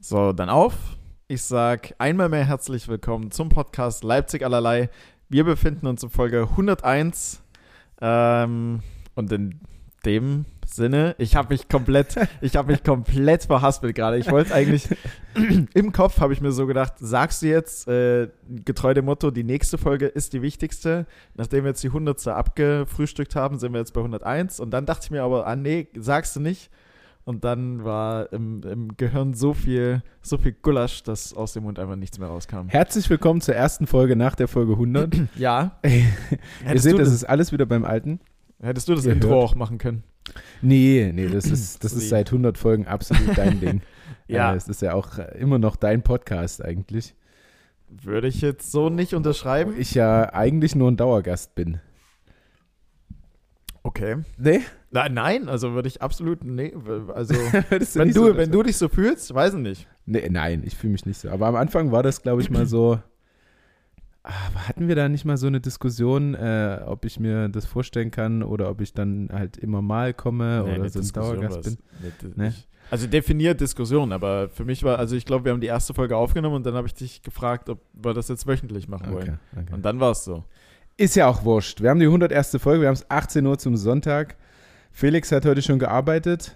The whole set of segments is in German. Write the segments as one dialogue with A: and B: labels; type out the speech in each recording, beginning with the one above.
A: So, dann auf. Ich sag einmal mehr herzlich willkommen zum Podcast Leipzig allerlei. Wir befinden uns in Folge 101. Ähm, und in dem Sinne, ich habe mich komplett, ich habe mich komplett verhaspelt gerade. Ich wollte eigentlich im Kopf habe ich mir so gedacht, sagst du jetzt äh, getreu dem Motto, die nächste Folge ist die wichtigste. Nachdem wir jetzt die 100. abgefrühstückt haben, sind wir jetzt bei 101 und dann dachte ich mir aber, ah nee, sagst du nicht. Und dann war im, im Gehirn so viel, so viel Gulasch, dass aus dem Mund einfach nichts mehr rauskam.
B: Herzlich willkommen zur ersten Folge nach der Folge 100.
A: Ja,
B: Ihr
A: hättest,
B: seht,
A: du,
B: das
A: das,
B: ist alles wieder beim Alten.
A: hättest du das
B: Ihr
A: Intro
B: hört.
A: auch machen können.
B: Nee, nee, das ist, das
A: Nee.
B: ist seit 100 Folgen absolut dein Ding.
A: Ja.
B: Äh, Es ist ja auch äh, immer noch dein Podcast eigentlich.
A: Würde ich jetzt so nicht
B: Wo
A: unterschreiben.
B: ich ja eigentlich nur ein Dauergast bin.
A: Okay.
B: Nee?
A: Na, nein, also würde ich absolut, nee, w- also
B: Würdest
A: wenn
B: nicht
A: du,
B: so
A: wenn du dich so fühlst, weiß ich nicht.
B: Nee, nein, ich fühle mich nicht so. Aber am Anfang war das, glaube ich, mal so. Ah, Aber hatten wir da nicht mal so eine Diskussion, äh, ob ich mir das vorstellen kann oder ob ich dann halt immer mal komme
A: Nee,
B: oder
A: eine
B: so ein
A: Diskussion
B: Dauergast
A: war's.
B: bin?
A: Nee, d-
B: Ne?
A: ich- Also definiert Diskussion, aber für mich war, also ich glaube, wir haben die erste Folge aufgenommen und dann habe ich dich gefragt, ob wir das jetzt wöchentlich machen wollen.
B: okay.
A: Und dann war es so.
B: Ist ja auch wurscht. Wir haben die 101. Folge, wir haben es 18 Uhr zum Sonntag. Felix hat heute schon gearbeitet.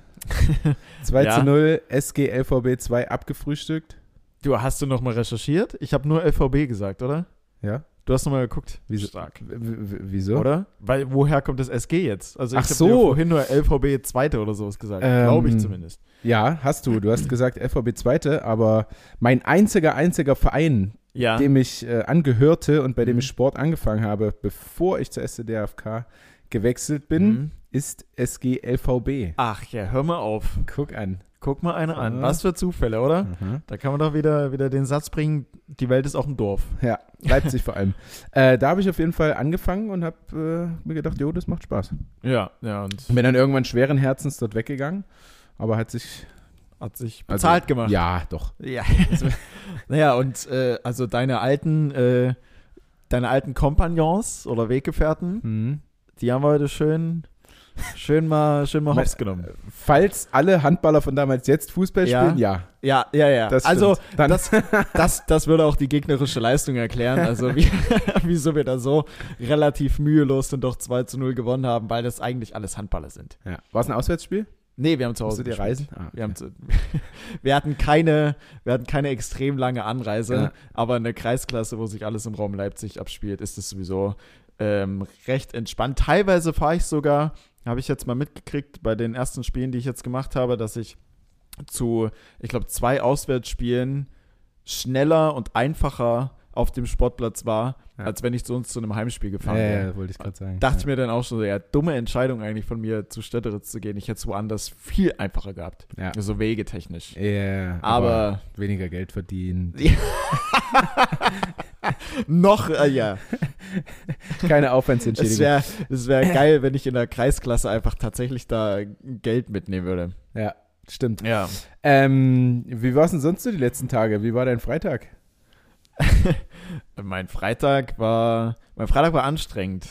B: 2
A: Ja.
B: zu 0, SG LVB 2 abgefrühstückt.
A: Du, hast du nochmal recherchiert? Ich habe nur LVB gesagt, oder?
B: Ja.
A: Du hast nochmal geguckt.
B: Wieso?
A: Stark.
B: W w- wieso?
A: Oder? Weil, woher kommt das SG jetzt? Also ich
B: Ach
A: hab
B: so.
A: dir vorhin nur LVB Zweite oder sowas gesagt.
B: Ähm,
A: Glaube ich zumindest.
B: Ja, hast du. Du hast gesagt LVB 2, aber mein einziger, einziger Verein,
A: Ja.
B: dem ich äh, angehörte und bei dem
A: Mhm.
B: ich Sport angefangen habe, bevor ich zur SCDFK gewechselt bin,
A: Mhm.
B: ist SG LVB.
A: Ach ja, hör mal auf.
B: Guck an.
A: Guck mal eine an.
B: Ja.
A: Was für Zufälle, oder? Da kann man doch wieder, wieder den Satz bringen, die Welt ist auch ein Dorf.
B: Ja, Leipzig vor allem. Äh, da habe ich auf jeden Fall angefangen und habe äh, mir gedacht, jo, das macht Spaß.
A: Ja, ja, und
B: Und bin dann irgendwann schweren Herzens dort weggegangen, aber hat sich
A: hat sich
B: also-
A: bezahlt gemacht.
B: Ja, doch.
A: ja. naja, und äh, also deine alten, äh, deine alten Kompagnons oder Weggefährten,
B: Mhm.
A: die haben wir heute schön, schön mal, schön mal
B: Mein-
A: hops genommen.
B: Falls alle Handballer von damals jetzt Fußball
A: Ja.
B: spielen, ja.
A: Ja, ja, ja.
B: das
A: also
B: stimmt. dann,
A: das, das, das würde auch die gegnerische Leistung erklären. Also wie, wieso wir da so relativ mühelos dann doch 2 zu 0 gewonnen haben, weil das eigentlich alles Handballer sind.
B: ja. war es ein Auswärtsspiel?
A: Nee, wir haben zu Hause
B: Musst du dir
A: gespielt.
B: reisen? Ah,
A: Wir, haben zu, wir, hatten keine, wir hatten keine extrem lange Anreise,
B: Ja.
A: aber in der Kreisklasse, wo sich alles im Raum Leipzig abspielt, ist es sowieso ähm, recht entspannt. Teilweise fahre ich sogar, habe ich jetzt mal mitgekriegt bei den ersten Spielen, die ich jetzt gemacht habe, dass ich zu, ich glaube, zwei Auswärtsspielen schneller und einfacher auf dem Sportplatz war,
B: Ja.
A: als wenn ich zu uns zu einem Heimspiel
B: ja,
A: gefahren
B: ja,
A: wäre.
B: ja, wollte ich gerade sagen.
A: Dachte ich
B: ja.
A: mir dann auch schon so, ja, dumme Entscheidung eigentlich von mir, zu Stötteritz zu gehen. Ich hätte es woanders viel einfacher gehabt.
B: Ja.
A: So wegetechnisch.
B: Ja,
A: Aber
B: weniger Geld verdienen,
A: noch, äh, ja,
B: keine
A: es
B: Aufwandsentschädigung.
A: wäre es wär geil, wenn ich in der Kreisklasse einfach tatsächlich da Geld mitnehmen würde.
B: Ja, stimmt.
A: Ja.
B: Ähm, wie war es denn sonst so die letzten Tage? Wie war dein Freitag?
A: mein Freitag war, mein Freitag war anstrengend.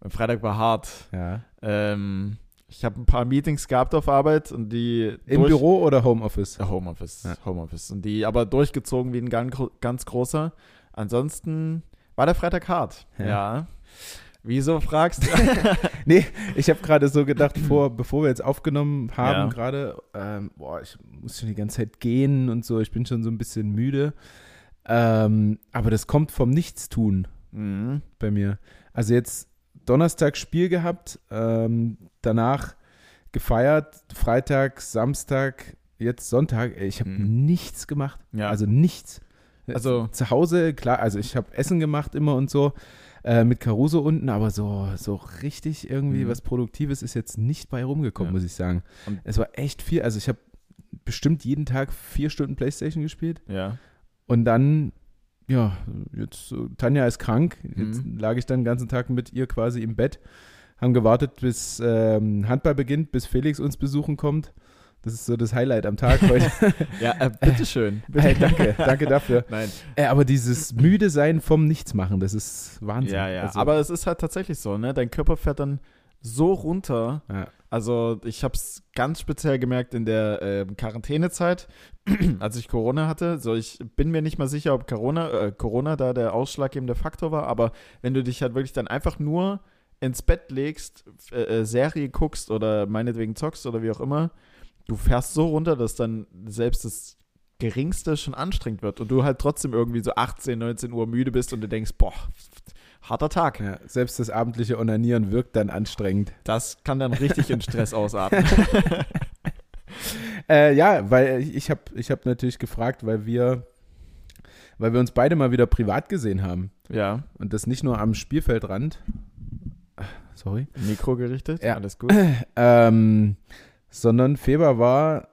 A: Mein Freitag war hart.
B: Ja.
A: Ähm, ich habe ein paar Meetings gehabt auf Arbeit und die
B: Im
A: durch-
B: Büro oder Homeoffice?
A: Homeoffice,
B: Ja.
A: Homeoffice. Und die aber durchgezogen wie ein gan- ganz großer. Ansonsten war der Freitag hart.
B: Ja.
A: Wieso fragst du?
B: Nee, ich habe gerade so gedacht, vor, bevor wir jetzt aufgenommen
A: Ja.
B: haben, gerade, ähm, boah, ich muss schon die ganze Zeit gehen und so, ich bin schon so ein bisschen müde. Ähm, aber das kommt vom Nichtstun
A: Mhm.
B: bei mir. Also jetzt Donnerstag Spiel gehabt, ähm, danach gefeiert, Freitag, Samstag, jetzt Sonntag. Ey, Ich habe
A: Mhm.
B: nichts gemacht.
A: Ja.
B: Also nichts.
A: Also-
B: zu Hause, klar, also ich habe Essen gemacht immer und so äh, mit Caruso unten, aber so, so richtig irgendwie
A: Mhm.
B: was Produktives ist jetzt nicht bei rumgekommen,
A: Ja.
B: muss ich sagen.
A: Und-
B: es war echt viel, also ich habe bestimmt jeden Tag vier Stunden Playstation gespielt
A: ja.
B: und dann, ja, jetzt, äh, Tanja ist krank, jetzt
A: Mhm.
B: lag ich dann den ganzen Tag mit ihr quasi im Bett, haben gewartet, bis ähm, Handball beginnt, bis Felix uns besuchen kommt. Das ist so das Highlight am Tag heute.
A: Ja, äh, bitteschön.
B: Ey, danke, danke dafür.
A: Nein.
B: Äh, aber dieses müde sein vom Nichtsmachen, das ist Wahnsinn.
A: Ja, ja.
B: Also,
A: aber es ist halt tatsächlich so, ne? Dein Körper fährt dann so runter.
B: Ja.
A: Also ich habe es ganz speziell gemerkt in der ähm, Quarantänezeit, als ich Corona hatte. So, ich bin mir nicht mal sicher, ob Corona, äh, Corona da der ausschlaggebende Faktor war, aber wenn du dich halt wirklich dann einfach nur ins Bett legst, äh, äh, Serie guckst oder meinetwegen zockst oder wie auch immer, du fährst so runter, dass dann selbst das Geringste schon anstrengend wird und du halt trotzdem irgendwie so 18, 19 Uhr müde bist und du denkst, boah, harter Tag.
B: Ja, selbst das abendliche Onanieren wirkt dann anstrengend.
A: Das kann dann richtig in Stress ausarten.
B: Äh, ja, weil ich habe ich hab natürlich gefragt, weil wir, weil wir uns beide mal wieder privat gesehen haben.
A: ja,
B: Und das nicht nur am Spielfeldrand. Ah, Sorry.
A: Mikro gerichtet,
B: Ja.
A: alles gut.
B: Ähm, sondern Feber war.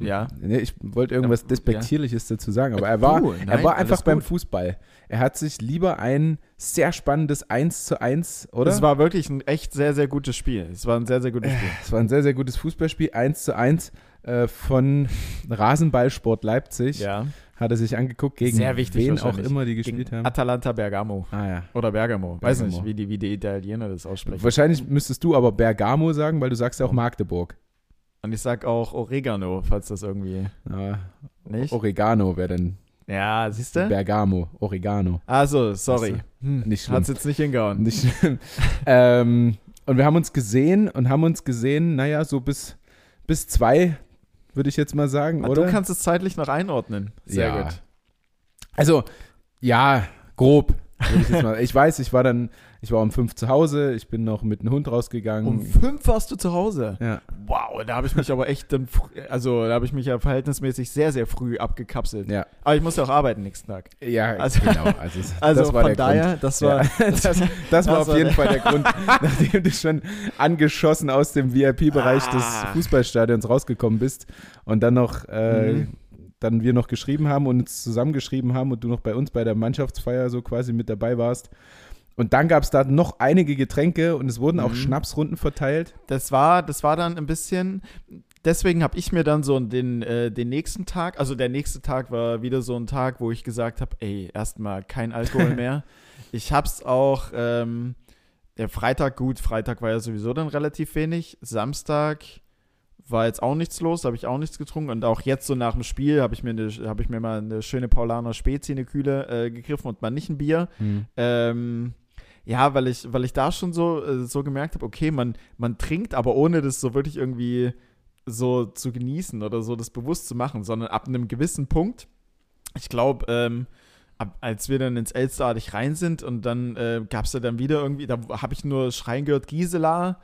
A: Ja.
B: Nee, ich wollte irgendwas
A: Ja,
B: Despektierliches dazu sagen, aber er
A: Du,
B: war,
A: nein,
B: er war
A: alles
B: einfach beim
A: gut.
B: Fußball. Er hat sich lieber ein sehr spannendes 1 zu 1, oder? Äh,
A: Es war wirklich ein echt sehr, sehr gutes Spiel. Es war ein sehr, sehr gutes Spiel.
B: Es war ein sehr, sehr gutes Fußballspiel. 1 zu 1 äh, von Rasenballsport Leipzig.
A: Ja.
B: Hat er sich angeguckt, gegen
A: Sehr wichtig
B: wen auch
A: wahrscheinlich.
B: immer die
A: Gegen
B: gespielt haben.
A: Atalanta Bergamo.
B: ah ja.
A: Oder Bergamo. Weiß
B: Bergamo.
A: nicht, wie die, wie die Italiener das aussprechen.
B: Wahrscheinlich müsstest du aber Bergamo sagen, weil du sagst ja auch Magdeburg.
A: Und ich sag auch Oregano, falls das irgendwie
B: Ja,
A: nicht.
B: Oh, Oregano wäre dann
A: ja, siehst du?
B: Bergamo, Oregano.
A: Also, sorry. Hm,
B: Nicht schlimm.
A: Hat's jetzt nicht hingehauen.
B: Nicht, ähm, und wir haben uns gesehen und haben uns gesehen, naja, so bis, bis zwei, würde ich jetzt mal sagen,
A: Ah,
B: oder?
A: Du kannst es zeitlich noch einordnen. Sehr
B: Ja.
A: gut.
B: also, ja, grob. Würde ich, jetzt mal. ich weiß, ich war dann, ich war um fünf zu Hause, ich bin noch mit dem Hund rausgegangen.
A: Um fünf warst du zu Hause.
B: ja.
A: Wow, da habe ich mich aber echt, dann fr- also da habe ich mich ja verhältnismäßig sehr, sehr früh abgekapselt.
B: Ja.
A: Aber ich musste auch arbeiten nächsten Tag.
B: ja,
A: Also-
B: genau. Also, es-
A: Also
B: das war
A: von
B: der Grund.
A: daher, das war,
B: Ja, das, das, war
A: war
B: auf jeden
A: der-
B: Fall der Grund, nachdem du schon angeschossen aus dem VIP-Bereich des
A: Ah.
B: Fußballstadions rausgekommen bist und dann noch, äh,
A: Mhm.
B: dann wir noch geschrieben haben und uns zusammengeschrieben haben und du noch bei uns bei der Mannschaftsfeier so quasi mit dabei warst. Und dann gab es da noch einige Getränke und es wurden auch
A: Mhm.
B: Schnapsrunden verteilt.
A: das war, das war dann ein bisschen. Deswegen habe ich mir dann so den, äh, den nächsten Tag, also der nächste Tag war wieder so ein Tag, wo ich gesagt habe, ey, erstmal kein Alkohol mehr. ich hab's auch, ähm, der Freitag gut, Freitag war ja sowieso dann relativ wenig. Samstag war jetzt auch nichts los, habe ich auch nichts getrunken. Und auch jetzt so nach dem Spiel habe ich, mir eine- hab ich mir mal eine schöne Paulaner Spezi, eine Kühle äh, gegriffen und mal nicht ein Bier. Ähm, ja, weil ich, weil ich da schon so, äh, so gemerkt habe, okay, man, man trinkt, aber ohne das so wirklich irgendwie so zu genießen oder so das bewusst zu machen, sondern ab einem gewissen Punkt, ich glaube, ähm, ab, als wir dann ins Elsterartig rein sind und dann äh, gab es ja dann wieder irgendwie, da habe ich nur schreien gehört, Gisela.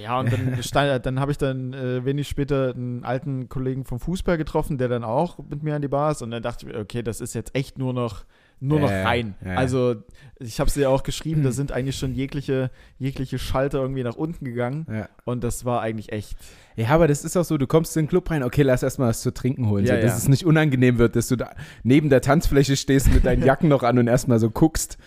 A: ja, und dann, stand- dann habe ich dann äh, wenig später einen alten Kollegen vom Fußball getroffen, der dann auch mit mir an die Bar ist und dann dachte ich mir, okay, das ist jetzt echt nur noch, nur noch
B: Ja, ja,
A: rein.
B: ja, ja.
A: Also ich habe es ja auch geschrieben,
B: Hm.
A: da sind eigentlich schon jegliche, jegliche Schalter irgendwie nach unten gegangen
B: Ja.
A: und das war eigentlich echt
B: Ja, aber das ist auch so, du kommst in den Club rein, okay, lass erstmal was zu trinken holen,
A: Ja,
B: so, dass
A: ja.
B: es nicht unangenehm wird, dass du da neben der Tanzfläche stehst mit deinen Jacken noch an und erstmal so guckst,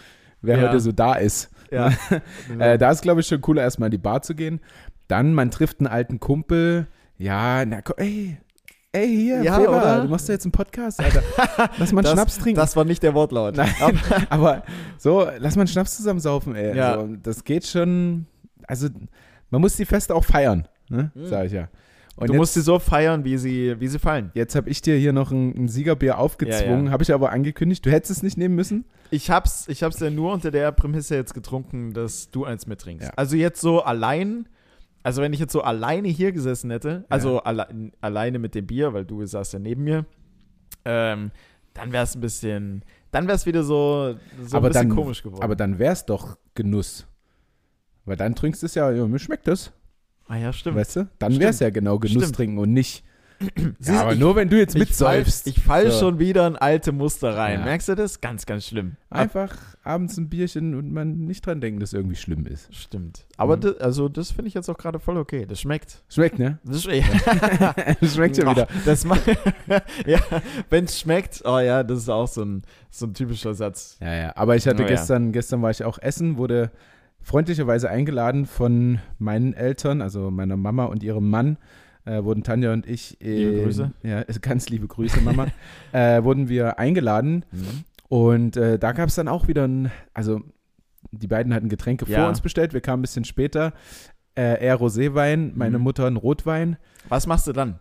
B: wer
A: Ja.
B: heute so da ist.
A: Ja.
B: Äh, da ist, glaube ich, schon cooler, erstmal in die Bar zu gehen. Dann, man trifft einen alten Kumpel. Ja, na komm, ey, ey, hier,
A: Ja,
B: Feber,
A: oder?
B: du machst ja jetzt einen Podcast, Alter. Lass mal einen
A: das,
B: Schnaps trinken.
A: Das war nicht der Wortlaut.
B: Nein.
A: Aber,
B: Aber so, lass mal einen Schnaps zusammensaufen, ey.
A: Ja.
B: So, das geht schon, also man muss die Feste auch feiern, ne? sag ich ja. Und
A: Mhm. du
B: jetzt-
A: musst sie so feiern, wie sie, wie sie fallen.
B: Jetzt habe ich dir hier noch ein, ein Siegerbier aufgezwungen,
A: Ja, ja.
B: habe ich aber angekündigt. Du hättest es nicht nehmen müssen.
A: Ich hab's, ich hab's ja nur unter der Prämisse jetzt getrunken, dass du eins mittrinkst.
B: Ja.
A: Also jetzt so allein, also wenn ich jetzt so alleine hier gesessen hätte, also alle, alleine mit dem Bier, weil du saßt ja neben mir, ähm, dann wär's ein bisschen, dann wär's wieder so, so
B: aber
A: ein bisschen
B: dann,
A: komisch geworden.
B: Aber dann wäre es doch Genuss. Weil dann trinkst du es ja, ja, mir schmeckt das,
A: ah ja, stimmt.
B: weißt du? Dann wäre es ja genau Genuss
A: Stimmt.
B: trinken und nicht.
A: Siehst
B: Ja,
A: du,
B: aber
A: ich-
B: nur wenn du jetzt
A: ich fall,
B: mitsäufst.
A: ich fall
B: So.
A: schon wieder in alte Muster rein.
B: Ja.
A: Merkst du das? Ganz, ganz schlimm.
B: Einfach abends ein Bierchen und man nicht dran denken, dass irgendwie schlimm ist.
A: Stimmt. Aber
B: Mhm.
A: das, also das finde ich jetzt auch gerade voll okay. Das schmeckt.
B: Schmeckt, ne?
A: Das schmeckt.
B: Schmeckt ja wieder.
A: Das ma- ja, wenn es schmeckt, oh ja, das ist auch so ein, so ein typischer Satz.
B: Ja, ja. Aber ich hatte
A: Oh, ja.
B: gestern, gestern war ich auch essen, wurde freundlicherweise eingeladen von meinen Eltern, also meiner Mama und ihrem Mann, äh, wurden Tanja und ich. in-
A: Liebe Grüße.
B: Ja, ist- ganz liebe Grüße, Mama.
A: Mhm.
B: äh, wurden wir eingeladen und äh, da gab es dann auch wieder ein, also die beiden hatten Getränke
A: Ja.
B: vor uns bestellt, wir kamen ein bisschen später. Äh, er Roséwein, meine
A: Mhm.
B: Mutter einen Rotwein.
A: Was machst du dann?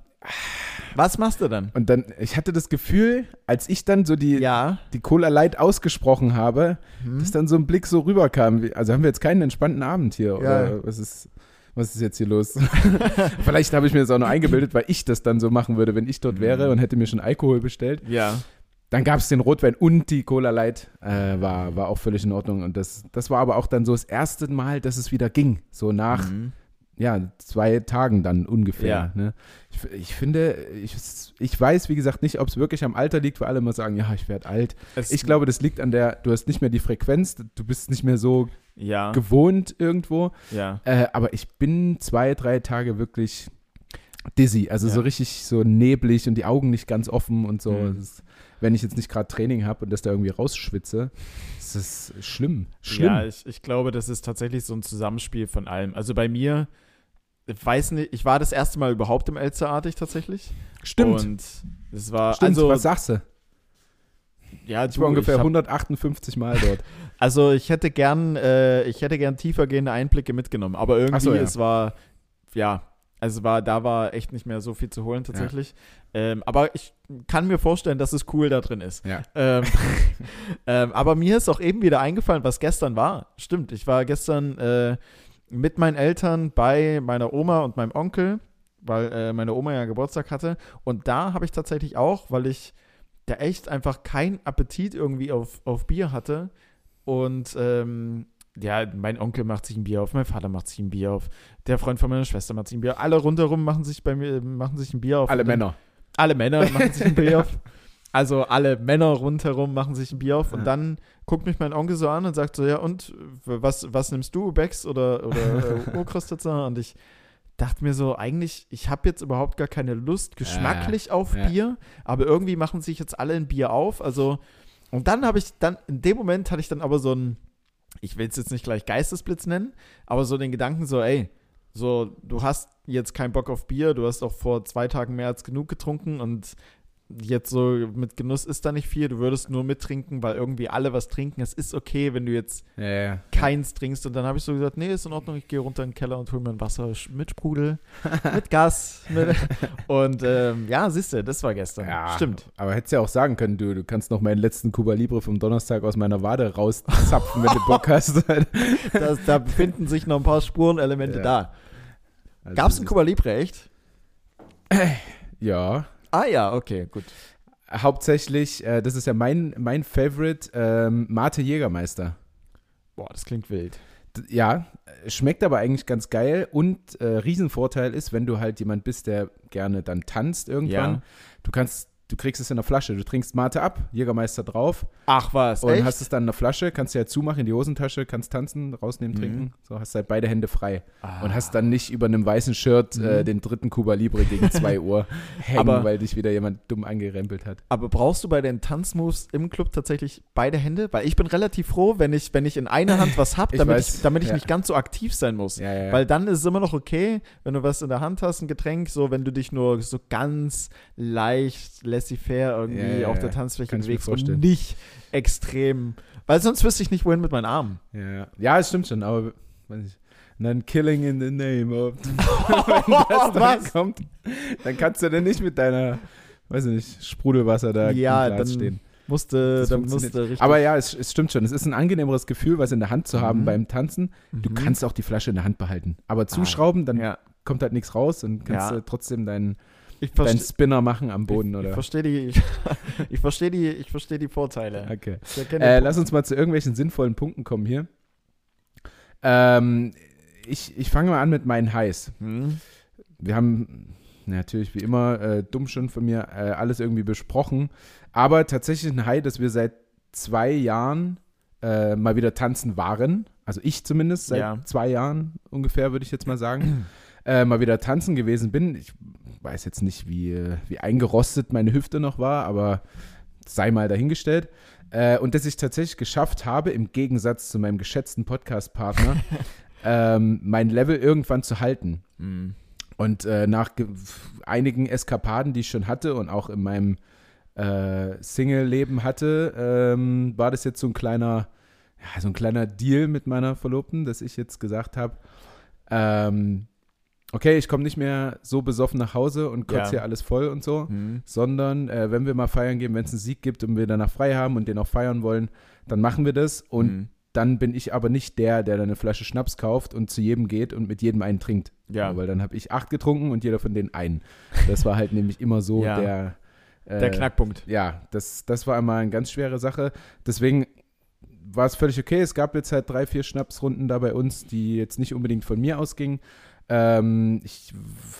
A: Was machst du dann?
B: Und dann, ich hatte das Gefühl, als ich dann so die,
A: Ja.
B: die Cola Light ausgesprochen habe,
A: Hm?
B: dass dann so ein Blick so rüberkam. wie- Also haben wir jetzt keinen entspannten Abend hier.
A: Ja.
B: Oder was ist, was ist jetzt hier los? Vielleicht habe ich mir das auch nur eingebildet, weil ich das dann so machen würde, wenn ich
A: Mhm.
B: dort wäre und hätte mir schon Alkohol bestellt.
A: Ja.
B: Dann gab es den Rotwein und die Cola Light. Äh, war, war auch völlig in Ordnung. Und das, das war aber auch dann so das erste Mal, dass es wieder ging. So nach
A: Mhm.
B: ja, zwei Tagen dann ungefähr.
A: Ja.
B: Ne? Ich, ich finde, ich, ich weiß, wie gesagt, nicht, ob es wirklich am Alter liegt, weil alle immer sagen, ja, ich werde alt.
A: Es,
B: Ich glaube, das liegt an der, du hast nicht mehr die Frequenz, du bist nicht mehr so
A: Ja.
B: gewohnt irgendwo.
A: Ja.
B: Äh, aber ich bin zwei, drei Tage wirklich dizzy, also
A: Ja.
B: so richtig so neblig und die Augen nicht ganz offen und so.
A: Mhm.
B: Das ist, wenn ich jetzt nicht gerade Training habe und das da irgendwie rausschwitze, ist das schlimm. Schlimm.
A: Ja, ich, ich glaube, das ist tatsächlich so ein Zusammenspiel von allem. Also bei mir, ich weiß nicht, ich war das erste Mal überhaupt im Elsterartig tatsächlich.
B: Stimmt.
A: Und es war,
B: Stimmt,
A: also,
B: was sagst du?
A: ja,
B: Ich war ungefähr
A: hab-
B: 158 Mal dort.
A: Also ich hätte gern, äh, ich hätte gern tiefergehende Einblicke mitgenommen, aber irgendwie
B: Ach so, ja.
A: es war, ja, also war, da war echt nicht mehr so viel zu holen tatsächlich. Ähm, aber ich kann mir vorstellen, dass es cool da drin ist.
B: Ja.
A: Ähm, ähm, aber mir ist auch eben wieder eingefallen, was gestern war. Stimmt, ich war gestern äh, mit meinen Eltern bei meiner Oma und meinem Onkel, weil äh, meine Oma ja Geburtstag hatte. Und da habe ich tatsächlich auch, weil ich da echt einfach keinen Appetit irgendwie auf, auf Bier hatte. Und ähm, ja, mein Onkel macht sich ein Bier auf, mein Vater macht sich ein Bier auf, der Freund von meiner Schwester macht sich ein Bier. Alle rundherum machen sich bei mir machen sich ein Bier auf.
B: Alle
A: Und dann-
B: Männer.
A: Alle Männer machen sich ein Bier
B: Ja.
A: auf. Also alle Männer rundherum machen sich ein Bier auf und
B: Ja.
A: dann guckt mich mein Onkel so an und sagt so, ja und w- was, was nimmst du, Becks oder, oder äh, Urkostitzer? Und ich dachte mir so, eigentlich, ich habe jetzt überhaupt gar keine Lust geschmacklich auf
B: ja.
A: Bier, aber irgendwie machen sich jetzt alle ein Bier auf. Also, und dann habe ich dann, in dem Moment hatte ich dann aber so ein, ich will es jetzt nicht gleich Geistesblitz nennen, aber so den Gedanken so, ey, so, du hast jetzt keinen Bock auf Bier, du hast auch vor zwei Tagen mehr als genug getrunken und jetzt so mit Genuss ist da nicht viel, du würdest nur mittrinken, weil irgendwie alle was trinken. Es ist okay, wenn du jetzt
B: Ja, ja.
A: keins trinkst. Und dann habe ich so gesagt, nee, ist in Ordnung, ich gehe runter in den Keller und hole mir ein Wasser sch- mit Sprudel, mit Gas. Mit und ähm, ja, siehst du, das war gestern.
B: Ja,
A: Stimmt.
B: Aber hättest ja auch sagen können, du, du kannst noch meinen letzten Cuba Libre vom Donnerstag aus meiner Wade rauszapfen, wenn du Bock hast. Also,
A: Das, da befinden sich noch ein paar Spurenelemente
B: Ja. also
A: da. Gab es
B: das
A: ein
B: ist-
A: Cuba Libre, echt?
B: Ja.
A: Ah ja, okay, gut.
B: Hauptsächlich, äh, das ist ja mein, mein Favorite, ähm, Mate Jägermeister.
A: Boah, das klingt wild.
B: D- Ja, äh, schmeckt aber eigentlich ganz geil und äh, Riesenvorteil ist, wenn du halt jemand bist, der gerne dann tanzt irgendwann,
A: Ja.
B: du kannst, du kriegst es in der Flasche, du trinkst Mate ab, Jägermeister drauf
A: Ach was,
B: und
A: echt?
B: hast es dann in der Flasche, kannst du ja zumachen in die Hosentasche, kannst tanzen, rausnehmen,
A: Mhm.
B: trinken, so hast halt beide Hände frei.
A: Ah.
B: Und hast dann nicht über einem weißen Shirt äh,
A: Mhm.
B: den dritten Cuba Libre gegen 2 Uhr hängen,
A: Aber-
B: weil dich wieder jemand dumm angerempelt hat.
A: Aber brauchst du bei den Tanzmoves im Club tatsächlich beide Hände? Weil ich bin relativ froh, wenn ich, wenn ich in einer Hand was habe,
B: Ich
A: damit
B: weiß,
A: ich, damit ich
B: ja.
A: nicht ganz so aktiv sein muss.
B: Ja, ja, ja.
A: Weil dann ist es immer noch okay, wenn du was in der Hand hast, ein Getränk, so wenn du dich nur so ganz leicht laissez-faire
B: Ja,
A: irgendwie
B: ja,
A: auf der
B: ja.
A: Tanzfläche
B: Kann ich mir
A: bewegst und
B: vorstellen.
A: nicht extrem. Weil sonst wüsste ich nicht, wohin mit meinen Armen.
B: ja, ja. ja, es stimmt schon, aber weiß ich. Und dann Killing in the Name. of- Wenn das dann
A: was?
B: kommt, dann kannst du denn nicht mit deiner, weiß ich nicht, Sprudelwasser da
A: Ja,
B: im Glas
A: dann
B: stehen.
A: Musste,
B: Das
A: dann
B: funktioniert.
A: musste richtig.
B: Aber ja, es, es stimmt schon. Es ist ein angenehmeres Gefühl, was in der Hand zu haben
A: Mhm.
B: beim Tanzen. Du
A: Mhm. Ah,
B: kannst auch die Flasche in der Hand behalten. Aber zuschrauben, dann
A: ja,
B: kommt halt nichts raus und kannst
A: Ja.
B: du trotzdem deinen,
A: ich
B: deinen
A: verstehe.
B: Spinner machen am Boden.
A: Ich, ich
B: oder?
A: verstehe die, ich, verstehe die, ich verstehe die Vorteile.
B: okay.
A: Ich erkenne
B: Äh,
A: den
B: lass uns mal zu irgendwelchen sinnvollen Punkten kommen hier. Ähm, ich ich fange mal an mit meinen Highs.
A: Hm?
B: Wir haben natürlich wie immer, äh, dumm schon von mir, äh, alles irgendwie besprochen. Aber tatsächlich ein High, dass wir seit zwei Jahren äh, mal wieder tanzen waren. Also ich zumindest seit
A: Ja.
B: zwei Jahren ungefähr, würde ich jetzt mal sagen. Äh, mal wieder tanzen gewesen bin. Ich weiß jetzt nicht, wie, äh, wie eingerostet meine Hüfte noch war, aber sei mal dahingestellt. Äh, und dass ich tatsächlich geschafft habe, im Gegensatz zu meinem geschätzten Podcast-Partner, ähm, mein Level irgendwann zu halten.
A: Hm.
B: Und äh, nach ge- einigen Eskapaden, die ich schon hatte und auch in meinem äh, Single-Leben hatte, ähm, war das jetzt so ein kleiner, ja, so ein kleiner Deal mit meiner Verlobten, dass ich jetzt gesagt habe, ähm, okay, ich komme nicht mehr so besoffen nach Hause und kotze
A: Ja.
B: hier alles voll und so,
A: Mhm.
B: sondern äh, wenn wir mal feiern gehen, wenn es einen Sieg gibt und wir danach frei haben und den auch feiern wollen, dann machen wir das und
A: Mhm.
B: dann bin ich aber nicht der, der dann eine Flasche Schnaps kauft und zu jedem geht und mit jedem einen trinkt.
A: Ja.
B: Weil dann habe ich acht getrunken und jeder von denen einen. Das war halt nämlich immer so
A: Ja.
B: der, äh,
A: Der Knackpunkt.
B: Ja, das, das war einmal eine ganz schwere Sache. Deswegen war es völlig okay. Es gab jetzt halt drei, vier Schnapsrunden da bei uns, die jetzt nicht unbedingt von mir ausgingen. Ähm, ich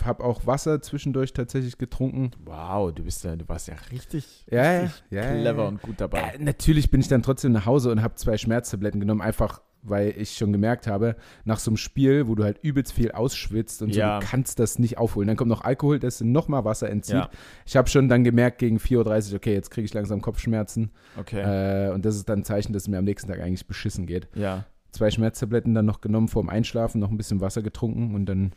B: habe auch Wasser zwischendurch tatsächlich getrunken.
A: Wow, du bist ja, du warst ja richtig,
B: Ja,
A: richtig
B: ja, ja,
A: clever
B: ja.
A: und gut dabei.
B: Äh, natürlich bin ich dann trotzdem nach Hause und habe zwei Schmerztabletten genommen, einfach weil ich schon gemerkt habe, nach so einem Spiel, wo du halt übelst viel ausschwitzt und
A: Ja.
B: so, du kannst das nicht aufholen. Dann kommt noch Alkohol, das dir nochmal Wasser entzieht.
A: Ja.
B: Ich habe schon dann gemerkt, gegen 4.30 Uhr, okay, jetzt kriege ich langsam Kopfschmerzen.
A: Okay.
B: Äh, und das ist dann ein Zeichen, dass es mir am nächsten Tag eigentlich beschissen geht.
A: ja.
B: Zwei Schmerztabletten dann noch genommen vorm Einschlafen, noch ein bisschen Wasser getrunken und dann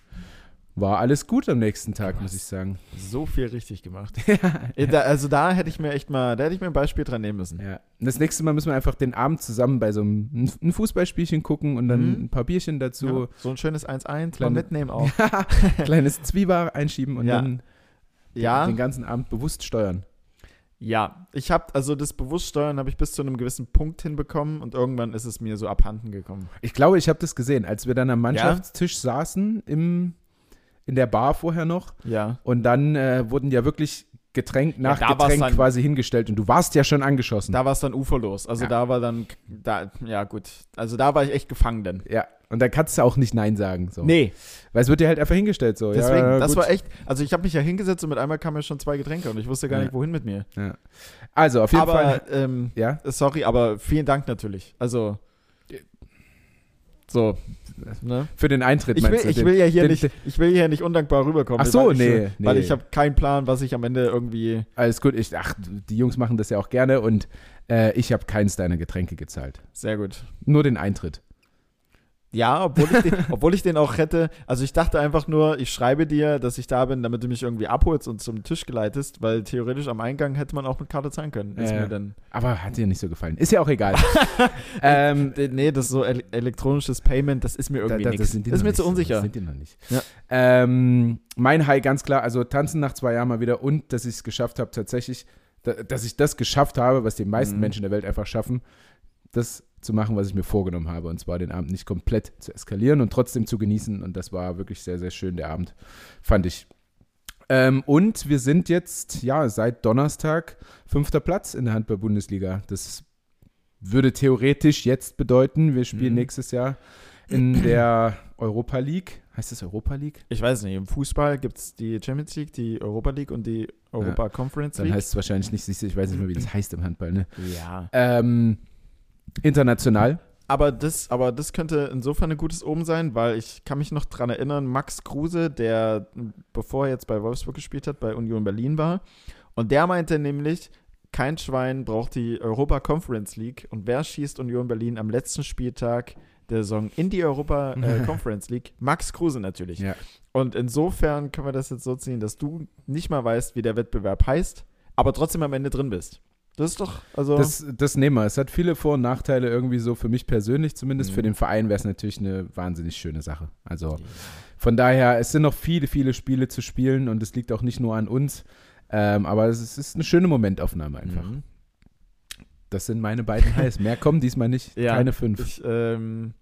B: war alles gut am nächsten Tag, muss ich sagen.
A: So viel richtig gemacht. Äh, da, also da hätte ich mir echt mal, da hätte ich mir ein Beispiel dran nehmen müssen.
B: Ja. Und das nächste Mal müssen wir einfach den Abend zusammen bei so einem ein Fußballspielchen gucken und dann
A: Mhm.
B: ein paar Bierchen dazu,
A: Ja, so ein schönes 1-1 mal
B: Kleine-
A: mitnehmen auch.
B: kleines Zwiebar einschieben und
A: Ja.
B: dann
A: Ja,
B: den ganzen Abend bewusst steuern.
A: ja. Ich habe also das Bewusststeuern habe ich bis zu einem gewissen Punkt hinbekommen und irgendwann ist es mir so abhanden gekommen.
B: Ich glaube, ich habe das gesehen, als wir dann am Mannschaftstisch saßen im, in der Bar vorher noch
A: Ja.
B: und dann äh, wurden ja wirklich Getränk nach
A: da war's
B: Getränk
A: dann-
B: quasi hingestellt und du warst ja schon angeschossen.
A: Da war es dann uferlos. Also
B: Ja.
A: da war dann, da, ja gut. Also da war ich echt gefangen dann.
B: ja, und da kannst du auch nicht Nein sagen. So.
A: Nee,
B: Weil es wird dir halt einfach hingestellt so.
A: deswegen,
B: ja,
A: das
B: gut.
A: war echt, also ich habe mich ja hingesetzt und mit einmal kamen ja schon zwei Getränke und ich wusste gar
B: Ja.
A: nicht, wohin mit mir.
B: Also, auf jeden Fall.
A: Aber, ähm,
B: Ja,
A: sorry, aber vielen Dank natürlich. Also, so, ne?
B: für den Eintritt
A: Ich
B: meinst
A: will,
B: du
A: ich
B: den-
A: will ja hier
B: den-
A: nicht, ich will hier nicht undankbar rüberkommen.
B: Ach so,
A: weil ich, äh,
B: nee, nee.
A: Weil ich habe keinen Plan, was ich am Ende irgendwie.
B: Alles gut, ich, ach, die Jungs machen das ja auch gerne und äh, ich habe keins deiner Getränke gezahlt.
A: Sehr gut.
B: Nur den Eintritt.
A: Ja, obwohl ich, den, obwohl ich den auch hätte. Also ich dachte einfach nur, ich schreibe dir, dass ich da bin, damit du mich irgendwie abholst und zum Tisch geleitest, weil theoretisch am Eingang hätte man auch mit Karte zahlen können. Ist
B: Ja, ja.
A: mir dann.
B: Aber hat dir nicht so gefallen. Ist ja auch egal. ähm,
A: D- Nee, das so ele elektronisches Payment, das ist mir irgendwie
B: da- da-
A: nichts.
B: sind die
A: Das ist
B: noch
A: mir
B: nicht
A: zu
B: so,
A: unsicher.
B: Das sind die noch nicht.
A: Ja.
B: Ähm, mein High ganz klar, also tanzen nach zwei Jahren mal wieder und dass ich es geschafft habe, tatsächlich, da, dass ich das geschafft habe, was die meisten
A: Mhm.
B: Menschen der Welt einfach schaffen, das zu machen, was ich mir vorgenommen habe. Und zwar den Abend nicht komplett zu eskalieren und trotzdem zu genießen. Und das war wirklich sehr, sehr schön, der Abend, fand ich. Ähm, und wir sind jetzt, ja, seit Donnerstag fünfter Platz in der Handball-Bundesliga. Das würde theoretisch jetzt bedeuten, wir spielen
A: Mhm.
B: nächstes Jahr in der Europa League. Heißt das Europa League?
A: Ich weiß nicht, im Fußball gibt es die Champions League, die Europa League und die Europa Conference
B: Dann
A: League. Mhm.
B: heißt es wahrscheinlich nicht, ich weiß nicht mehr, wie das heißt im Handball, ne?
A: ja.
B: Ähm, international.
A: Aber das, aber das könnte insofern ein gutes Oben sein, weil ich kann mich noch dran erinnern, Max Kruse, der bevor er jetzt bei Wolfsburg gespielt hat, bei Union Berlin war. Und der meinte nämlich, kein Schwein braucht die Europa Conference League. Und wer schießt Union Berlin am letzten Spieltag der Saison in die Europa äh, Conference League? Max Kruse natürlich.
B: Ja.
A: Und insofern können wir das jetzt so ziehen, dass du nicht mal weißt, wie der Wettbewerb heißt, aber trotzdem am Ende drin bist. Das ist doch, also.
B: Das, das nehmen wir. Es hat viele Vor- und Nachteile irgendwie so für mich persönlich zumindest.
A: Mhm.
B: Für den Verein wäre es natürlich eine wahnsinnig schöne Sache. Also von daher, es sind noch viele, viele Spiele zu spielen und es liegt auch nicht nur an uns. Ähm, aber es ist, es ist eine schöne Momentaufnahme einfach.
A: Mhm.
B: Das sind meine beiden Highs. Mehr kommen diesmal nicht.
A: Ja.
B: Keine fünf.
A: Ich, ähm,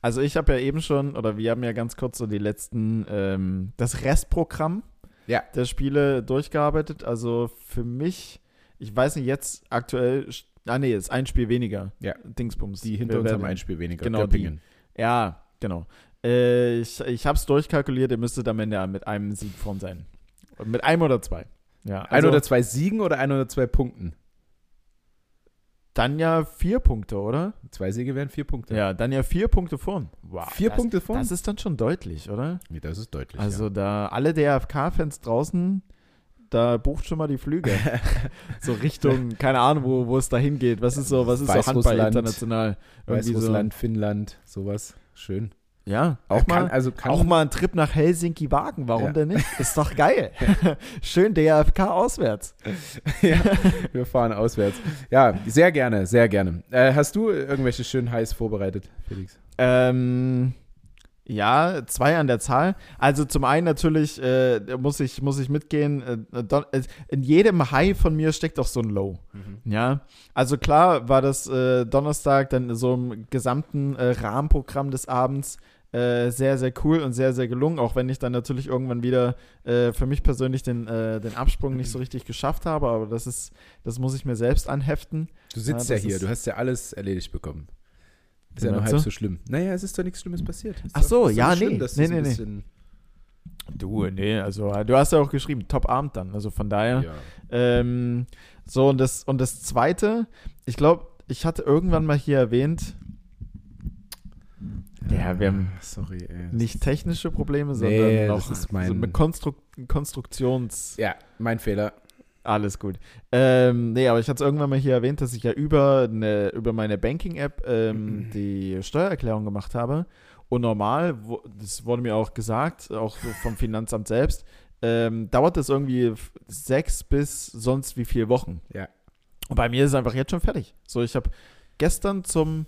A: also ich habe ja eben schon, oder wir haben ja ganz kurz so die letzten, ähm, das Restprogramm
B: Ja.
A: der Spiele durchgearbeitet. Also für mich, ich weiß nicht, jetzt aktuell, sch- ah nee, ist ein Spiel weniger.
B: Ja.
A: Dingsbums.
B: Die
A: Wir
B: hinter uns
A: werden-
B: haben ein Spiel weniger.
A: Genau, die.
B: Göppingen.
A: Ja, genau. Äh, ich ich habe es durchkalkuliert, ihr müsstet am Ende mit einem Sieg vorn sein. Mit einem oder zwei. Ja,
B: Ein
A: also
B: oder zwei Siegen oder ein oder zwei Punkten?
A: dann ja vier Punkte, oder?
B: Zwei Siege wären vier Punkte.
A: Ja, dann ja vier Punkte vorn.
B: vier
A: das,
B: Punkte vor?
A: Das ist dann schon deutlich, oder?
B: nee, das ist deutlich.
A: Also da alle DFK-Fans draußen, da bucht schon mal die Flüge. so Richtung, keine Ahnung, wo, wo es da hingeht. Was ist so, was ist so Handball
B: Weißrussland.
A: international?
B: ja. Weißrussland, Finnland, sowas. Schön.
A: So, Ja,
B: Er
A: auch,
B: kann-
A: mal,
B: also kann-
A: auch mal einen Trip nach Helsinki wagen. Warum
B: Ja.
A: denn nicht? Ist doch geil. Schön DAFK auswärts.
B: ja, wir fahren auswärts. Ja, sehr gerne, sehr gerne. Äh, hast du irgendwelche schönen Highs vorbereitet, Felix?
A: Ähm, ja, zwei an der Zahl. Also zum einen natürlich äh, muss, ich, muss ich mitgehen, äh, Don- äh, in jedem High von mir steckt auch so ein Low. Ja, also klar war das äh, Donnerstag dann so im gesamten äh, Rahmenprogramm des Abends äh, sehr, sehr cool und sehr, sehr gelungen, auch wenn ich dann natürlich irgendwann wieder äh, für mich persönlich den, äh, den Absprung nicht so richtig geschafft habe, aber das ist, das muss ich mir selbst anheften.
B: Du sitzt
A: Ja,
B: ja,
A: das
B: hier,
A: ist-
B: du hast ja alles erledigt bekommen. Ist
A: Wie
B: ja nur
A: meinst
B: halb
A: du?
B: so schlimm. Naja, es ist doch nichts Schlimmes passiert. Ist
A: Ach so,
B: doch- ist doch
A: ja,
B: nicht
A: nee.
B: dass
A: Nee,
B: das ein
A: nee, nee.
B: bisschen-
A: Du, nee, also äh, du hast ja auch geschrieben, Top-Abend dann, also von daher.
B: Ja.
A: Ähm, so, und das, und das Zweite, ich glaube, ich hatte irgendwann mal hier erwähnt, Ja, wir haben
B: Sorry, ey. das-
A: nicht technische Probleme, sondern
B: Nee,
A: noch
B: das ist mein-
A: so eine Konstruk Konstruktions-
B: Ja, mein Fehler.
A: Alles gut. Ähm, nee, aber ich hatte es irgendwann mal hier erwähnt, dass ich ja über, eine, über meine Banking-App
B: Mhm.
A: ähm, die Steuererklärung gemacht habe. Und normal, wo, das wurde mir auch gesagt, auch so vom Finanzamt selbst, ähm, dauert das irgendwie f- sechs bis sonst wie vier Wochen.
B: Ja.
A: Und bei mir ist es einfach jetzt schon fertig. So, ich habe gestern zum,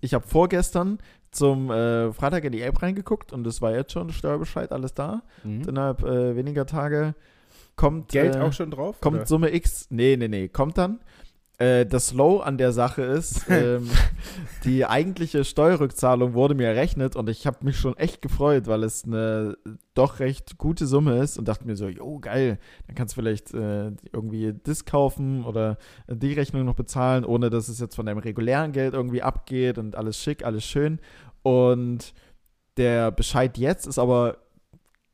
A: ich habe vorgestern zum äh, Freitag in die App reingeguckt und es war jetzt schon Steuerbescheid, alles da. Und innerhalb äh, weniger Tage kommt
B: Mhm. Geld
A: äh,
B: auch schon drauf?
A: Kommt
B: oder?
A: Summe X? Nee, nee, nee, kommt dann. Äh, das Low an der Sache ist, ähm, die eigentliche Steuerrückzahlung wurde mir errechnet und ich habe mich schon echt gefreut, weil es eine doch recht gute Summe ist und dachte mir so, jo, geil, dann kannst du vielleicht äh, irgendwie das kaufen oder die Rechnung noch bezahlen, ohne dass es jetzt von deinem regulären Geld irgendwie abgeht und alles schick, alles schön. Und der Bescheid jetzt ist aber,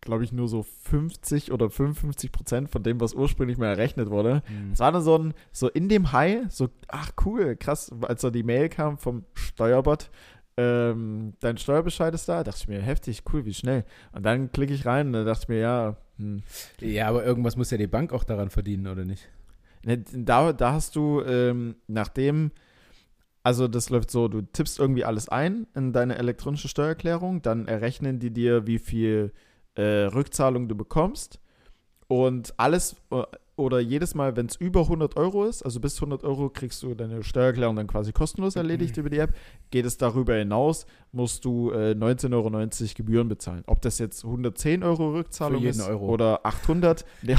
A: glaube ich, nur so 50 oder 55 Prozent von dem, was ursprünglich mal errechnet wurde.
B: Mhm.
A: Es war dann so ein, so in dem High, so, ach cool, krass, als da die Mail kam vom Steuerbot, ähm, dein Steuerbescheid ist da, dachte ich mir, heftig, cool, wie schnell. Und dann klicke ich rein und dann dachte ich mir, ja, hm.
B: Ja, aber irgendwas muss ja die Bank auch daran verdienen, oder nicht?
A: Ne, Da, da hast du, ähm, nachdem, also das läuft so, du tippst irgendwie alles ein in deine elektronische Steuererklärung, dann errechnen die dir, wie viel äh, Rückzahlung du bekommst und alles äh, oder jedes Mal, wenn es über 100 Euro ist, also bis 100 Euro kriegst du deine Steuererklärung dann quasi kostenlos erledigt über die App, geht es darüber hinaus, musst du äh, 19,90 Euro Gebühren bezahlen. Ob das jetzt 110 Euro Rückzahlung
B: Für jeden
A: ist
B: Euro.
A: oder 800, der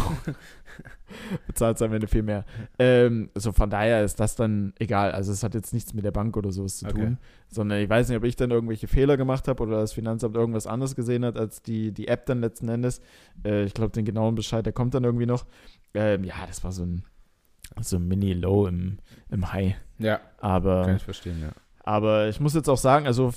A: bezahlt am Ende viel mehr. Ähm, so von daher ist das dann egal. Also es hat jetzt nichts mit der Bank oder sowas zu
B: Okay.
A: tun, sondern ich weiß nicht, ob ich dann irgendwelche Fehler gemacht habe oder das Finanzamt irgendwas anderes gesehen hat als die, die App dann letzten Endes. Äh, ich glaube, den genauen Bescheid, der kommt dann irgendwie noch. Ähm, ja, das war so ein, so ein Mini-Low im, im High.
B: Ja,
A: Aber
B: kann ich verstehen, ja.
A: aber ich muss jetzt auch sagen, also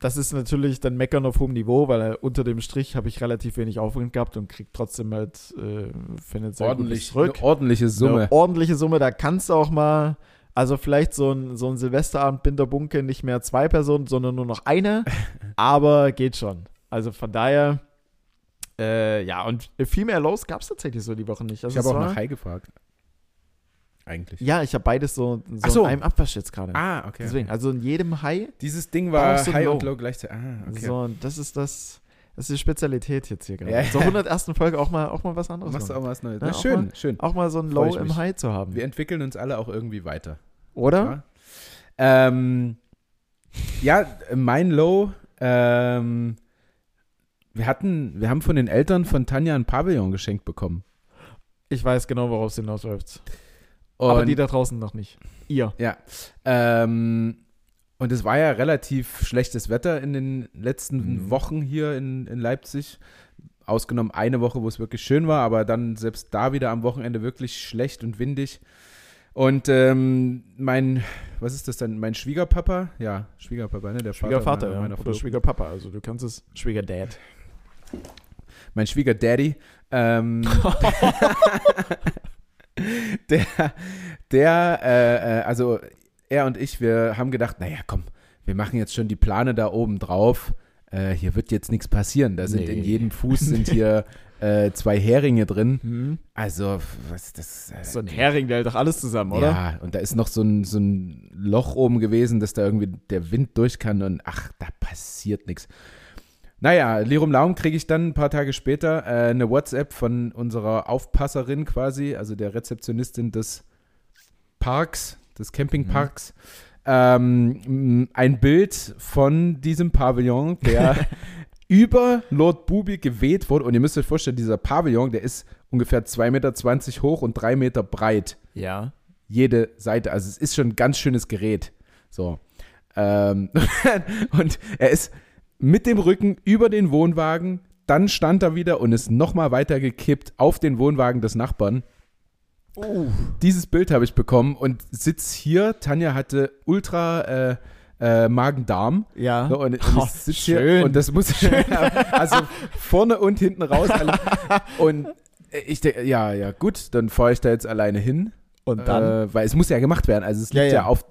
A: das ist natürlich dann meckern auf hohem Niveau, weil äh, unter dem Strich habe ich relativ wenig Aufwand gehabt und kriege trotzdem halt äh, finanziell gutes
B: Ordentlich,
A: zurück.
B: eine ordentliche Summe.
A: Eine ordentliche Summe, da kannst du auch mal, also vielleicht so ein, so ein Silvesterabend Binderbunke, nicht mehr zwei Personen, sondern nur noch eine, aber geht schon. Also von daher, äh, ja, und viel mehr Lows gab es tatsächlich so die Woche nicht. Also
B: ich habe
A: es
B: auch
A: war-
B: nach High gefragt. Eigentlich.
A: Ja, ich habe beides so, so,
B: Ach so.
A: in einem Abwasch jetzt gerade.
B: Ah, okay.
A: Deswegen, also in jedem High
B: Dieses Ding
A: Brauchst du
B: war
A: ein
B: High
A: Low.
B: und Low gleichzeitig. Ah, okay.
A: So, und das ist das, das ist die Spezialität jetzt hier gerade.
B: Ja.
A: Zur 101. Folge auch mal, auch mal was anderes.
B: Machst du
A: machen.
B: auch mal was Neues.
A: Ja,
B: Na,
A: auch
B: schön, schön.
A: auch mal so ein
B: Freu
A: Low
B: ich
A: im
B: mich.
A: High zu haben.
B: Wir entwickeln uns alle auch irgendwie weiter.
A: Oder?
B: Ja, ähm, ja mein Low. Ähm, wir hatten, wir haben von den Eltern von Tanja ein Pavillon geschenkt bekommen.
A: Ich weiß genau, worauf es hinausläuft.
B: Und
A: Aber die da draußen noch nicht. Ihr.
B: Ja. Ähm, und es war ja relativ schlechtes Wetter in den letzten
A: Mhm.
B: Wochen hier in, in Leipzig. Ausgenommen eine Woche, wo es wirklich schön war, aber dann selbst da wieder am Wochenende wirklich schlecht und windig. Und ähm, mein, was ist das denn? Mein Schwiegerpapa? Ja, Schwiegerpapa, ne? Der
A: Schwiegervater,
B: Vater meiner,
A: ja.
B: meiner
A: Oder
B: Verlobten
A: Schwiegerpapa. Also du kannst es. Schwiegerdad.
B: mein Schwiegerdaddy, ähm, der, der, äh, äh, also er und ich, wir haben gedacht, naja, komm, wir machen jetzt schon die Plane da oben drauf. Äh, hier wird jetzt nichts passieren. Da sind
A: Nee.
B: in jedem Fuß sind hier äh, zwei Heringe drin.
A: Hm.
B: Also, was das? äh,
A: So ein Hering, der hält doch alles zusammen, oder?
B: Ja, und da ist noch so ein, so ein Loch oben gewesen, dass da irgendwie der Wind durch kann und ach, da passiert nichts. Naja, Lirum Laum kriege ich dann ein paar Tage später äh, eine WhatsApp von unserer Aufpasserin quasi, also der Rezeptionistin des Parks, des Campingparks. Ähm, m, ein Bild von diesem Pavillon, der über Lord Bubi geweht wurde. Und ihr müsst euch vorstellen, dieser Pavillon, der ist ungefähr 2,20 Meter hoch und 3 Meter breit
A: Ja.
B: jede Seite. Also es ist schon ein ganz schönes Gerät. So. Ähm, und er ist mit dem Rücken über den Wohnwagen, dann stand er wieder und ist nochmal weiter gekippt auf den Wohnwagen des Nachbarn.
A: Uh.
B: Dieses Bild habe ich bekommen und sitz hier. Tanja hatte ultra äh, äh, Magen-Darm.
A: Ja.
B: So, und, und
A: Oh,
B: ich sitz
A: schön.
B: hier und das muss schön. also vorne und hinten raus. alle. Und ich denke, ja, ja, gut, dann fahre ich da jetzt alleine hin.
A: Und dann?
B: Äh, weil es muss ja gemacht werden. Also es
A: Ja,
B: liegt ja,
A: ja.
B: auf,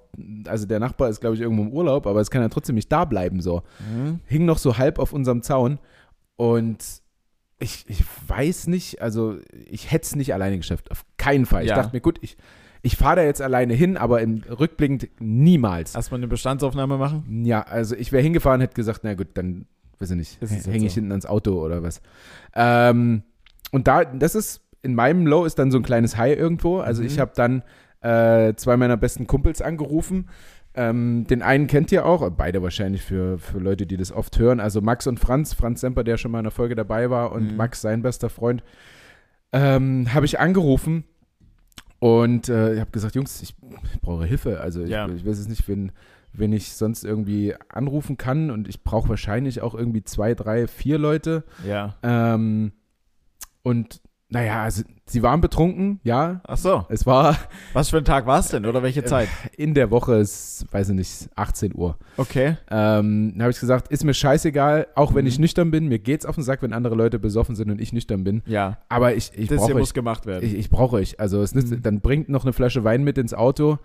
B: also der Nachbar ist, glaube ich, irgendwo im Urlaub, aber es kann ja trotzdem nicht da bleiben so.
A: hm?
B: Hing noch so halb auf unserem Zaun und ich, ich weiß nicht, also ich hätte es nicht alleine geschafft. Auf keinen Fall.
A: Ja.
B: Ich dachte mir, gut, ich, ich fahre da jetzt alleine hin, aber im rückblickend niemals.
A: Erstmal eine Bestandsaufnahme machen.
B: Ja, also ich wäre hingefahren, hätte gesagt, na gut, dann, weiß ich nicht,
A: Ist es jetzt
B: hänge ich
A: so.
B: hinten ans Auto oder was. Ähm, und da, das ist, in meinem Low ist dann so ein kleines High irgendwo. Also
A: Mhm.
B: ich habe dann äh, zwei meiner besten Kumpels angerufen. Ähm, den einen kennt ihr auch, beide wahrscheinlich für, für Leute, die das oft hören. Also Max und Franz, Franz Semper, der schon mal in der Folge dabei war, und
A: Mhm.
B: Max, sein bester Freund, ähm, habe ich angerufen und äh, ich habe gesagt, Jungs, ich brauche Hilfe. Also ich,
A: Ja.
B: ich weiß es nicht, wen, wen ich sonst irgendwie anrufen kann und ich brauche wahrscheinlich auch irgendwie zwei, drei, vier Leute.
A: Ja.
B: Ähm, und naja, also, sie waren betrunken, ja.
A: Ach so.
B: Es war
A: Was für ein Tag war es denn oder welche Zeit?
B: in der Woche, es, weiß ich nicht, 18 Uhr.
A: Okay.
B: Ähm, da habe ich gesagt, ist mir scheißegal, auch wenn
A: Mhm.
B: ich nüchtern bin. Mir geht's auf den Sack, wenn andere Leute besoffen sind und ich nüchtern bin.
A: Ja.
B: Aber ich, ich
A: das
B: brauche
A: hier
B: euch
A: muss gemacht werden.
B: Ich, ich brauche euch. Also es nützt,
A: Mhm.
B: dann bringt noch eine Flasche Wein mit ins Auto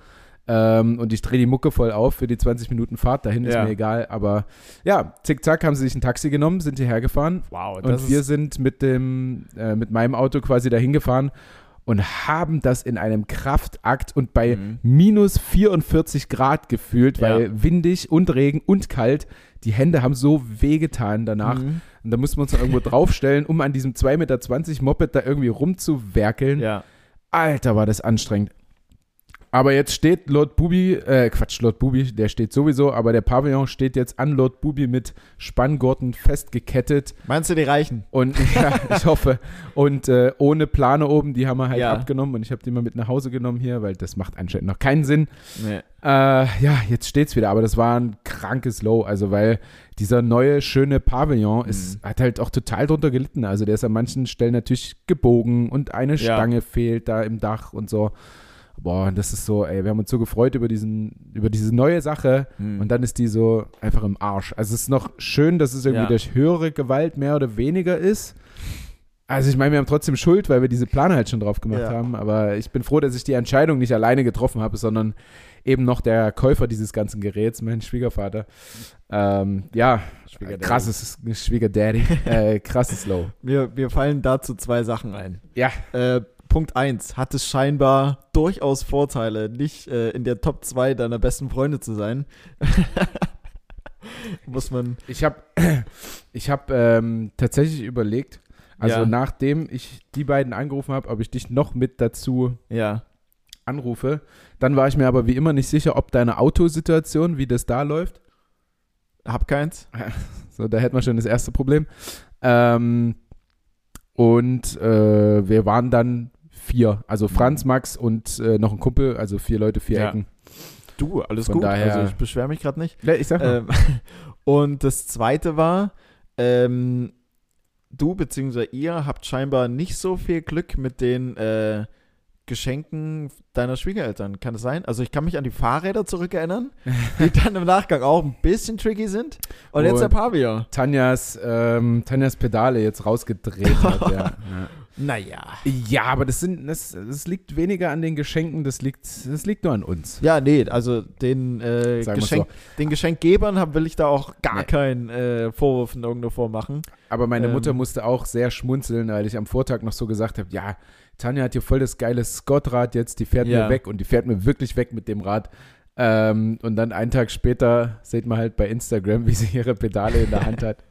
B: ähm, und ich drehe die Mucke voll auf für die 20 Minuten Fahrt. Dahin
A: Ja.
B: ist mir egal. Aber ja, zickzack haben sie sich ein Taxi genommen, sind hierher gefahren
A: wow, das
B: und wir
A: ist
B: sind mit dem äh, mit meinem Auto quasi dahin gefahren und haben das in einem Kraftakt und bei
A: Mhm.
B: minus 44 Grad gefühlt,
A: Ja.
B: weil windig und Regen und kalt. Die Hände haben so wehgetan danach.
A: Mhm.
B: Und da mussten wir uns noch irgendwo draufstellen, um an diesem 2,20 Meter Moped da irgendwie rumzuwerkeln.
A: Ja.
B: Alter, war das anstrengend. Aber jetzt steht Lord Bubi, äh, Quatsch, Lord Bubi, der steht sowieso, aber der Pavillon steht jetzt an Lord Bubi mit Spanngurten festgekettet
A: Meinst du die Reichen?
B: und ja, ich hoffe, und äh, ohne Plane oben, die haben wir halt
A: Ja.
B: abgenommen und ich habe die mal mit nach Hause genommen hier, weil das macht anscheinend noch keinen Sinn.
A: Nee.
B: Äh, ja, jetzt steht's wieder, aber das war ein krankes Low, also weil dieser neue schöne Pavillon ist, hat halt auch total drunter gelitten. Also der ist an manchen Stellen natürlich gebogen und eine
A: Ja.
B: Stange fehlt da im Dach und so. Boah, und das ist so, ey, wir haben uns so gefreut über diesen, über diese neue Sache
A: Hm.
B: und dann ist die so einfach im Arsch. Also es ist noch schön, dass es irgendwie
A: Ja.
B: durch höhere Gewalt mehr oder weniger ist. Also ich meine, wir haben trotzdem Schuld, weil wir diese Plane halt schon drauf gemacht
A: Ja.
B: haben. Aber ich bin froh, dass ich die Entscheidung nicht alleine getroffen habe, sondern eben noch der Käufer dieses ganzen Geräts, mein Schwiegervater. Ähm, ja,
A: Schwiegerdaddy.
B: krasses Schwiegerdaddy, äh, krasses Low.
A: Mir, mir fallen dazu zwei Sachen ein.
B: Ja.
A: Äh, Punkt 1. Hat es scheinbar durchaus Vorteile, nicht äh, in der Top 2 deiner besten Freunde zu sein. Muss man.
B: Ich habe ich hab, ähm, tatsächlich überlegt, also
A: Ja.
B: nachdem ich die beiden angerufen habe, ob ich dich noch mit dazu
A: Ja.
B: anrufe. Dann war ich mir aber wie immer nicht sicher, ob deine Autosituation, wie das da läuft.
A: Hab keins.
B: So, da hätten wir schon das erste Problem. Ähm, und äh, wir waren dann vier. Also Franz, Max und äh, noch ein Kumpel, also vier Leute, vier
A: Ja.
B: Ecken.
A: Du, alles
B: Von
A: gut.
B: daher-
A: also ich beschwere mich gerade nicht.
B: Ja, Ich sag mal,
A: Ähm, und das zweite war, ähm, du bzw. ihr habt scheinbar nicht so viel Glück mit den äh, Geschenken deiner Schwiegereltern. Kann das sein? Also ich kann mich an die Fahrräder zurückerinnern, die dann im Nachgang auch ein bisschen tricky sind. Und jetzt
B: Und-
A: der Pavillon.
B: Tanjas, ähm, Tanjas Pedale jetzt rausgedreht hat. ja. Ja.
A: Naja.
B: Ja, aber das, sind, das, das liegt weniger an den Geschenken, das liegt, das liegt nur an uns.
A: Ja, nee, also den, äh,
B: Sagen wir's
A: Geschenk, den Geschenkgebern hab, will ich da auch gar
B: Nee.
A: keinen äh, Vorwurf in irgendeiner Form machen.
B: Aber meine
A: Ähm.
B: Mutter musste auch sehr schmunzeln, weil ich am Vortag noch so gesagt habe, ja, Tanja hat hier voll das geile Scott-Rad jetzt, die fährt
A: Ja.
B: mir weg und die fährt mir wirklich weg mit dem Rad. Ähm, und dann einen Tag später sieht man halt bei Instagram, wie sie ihre Pedale in der Hand hat.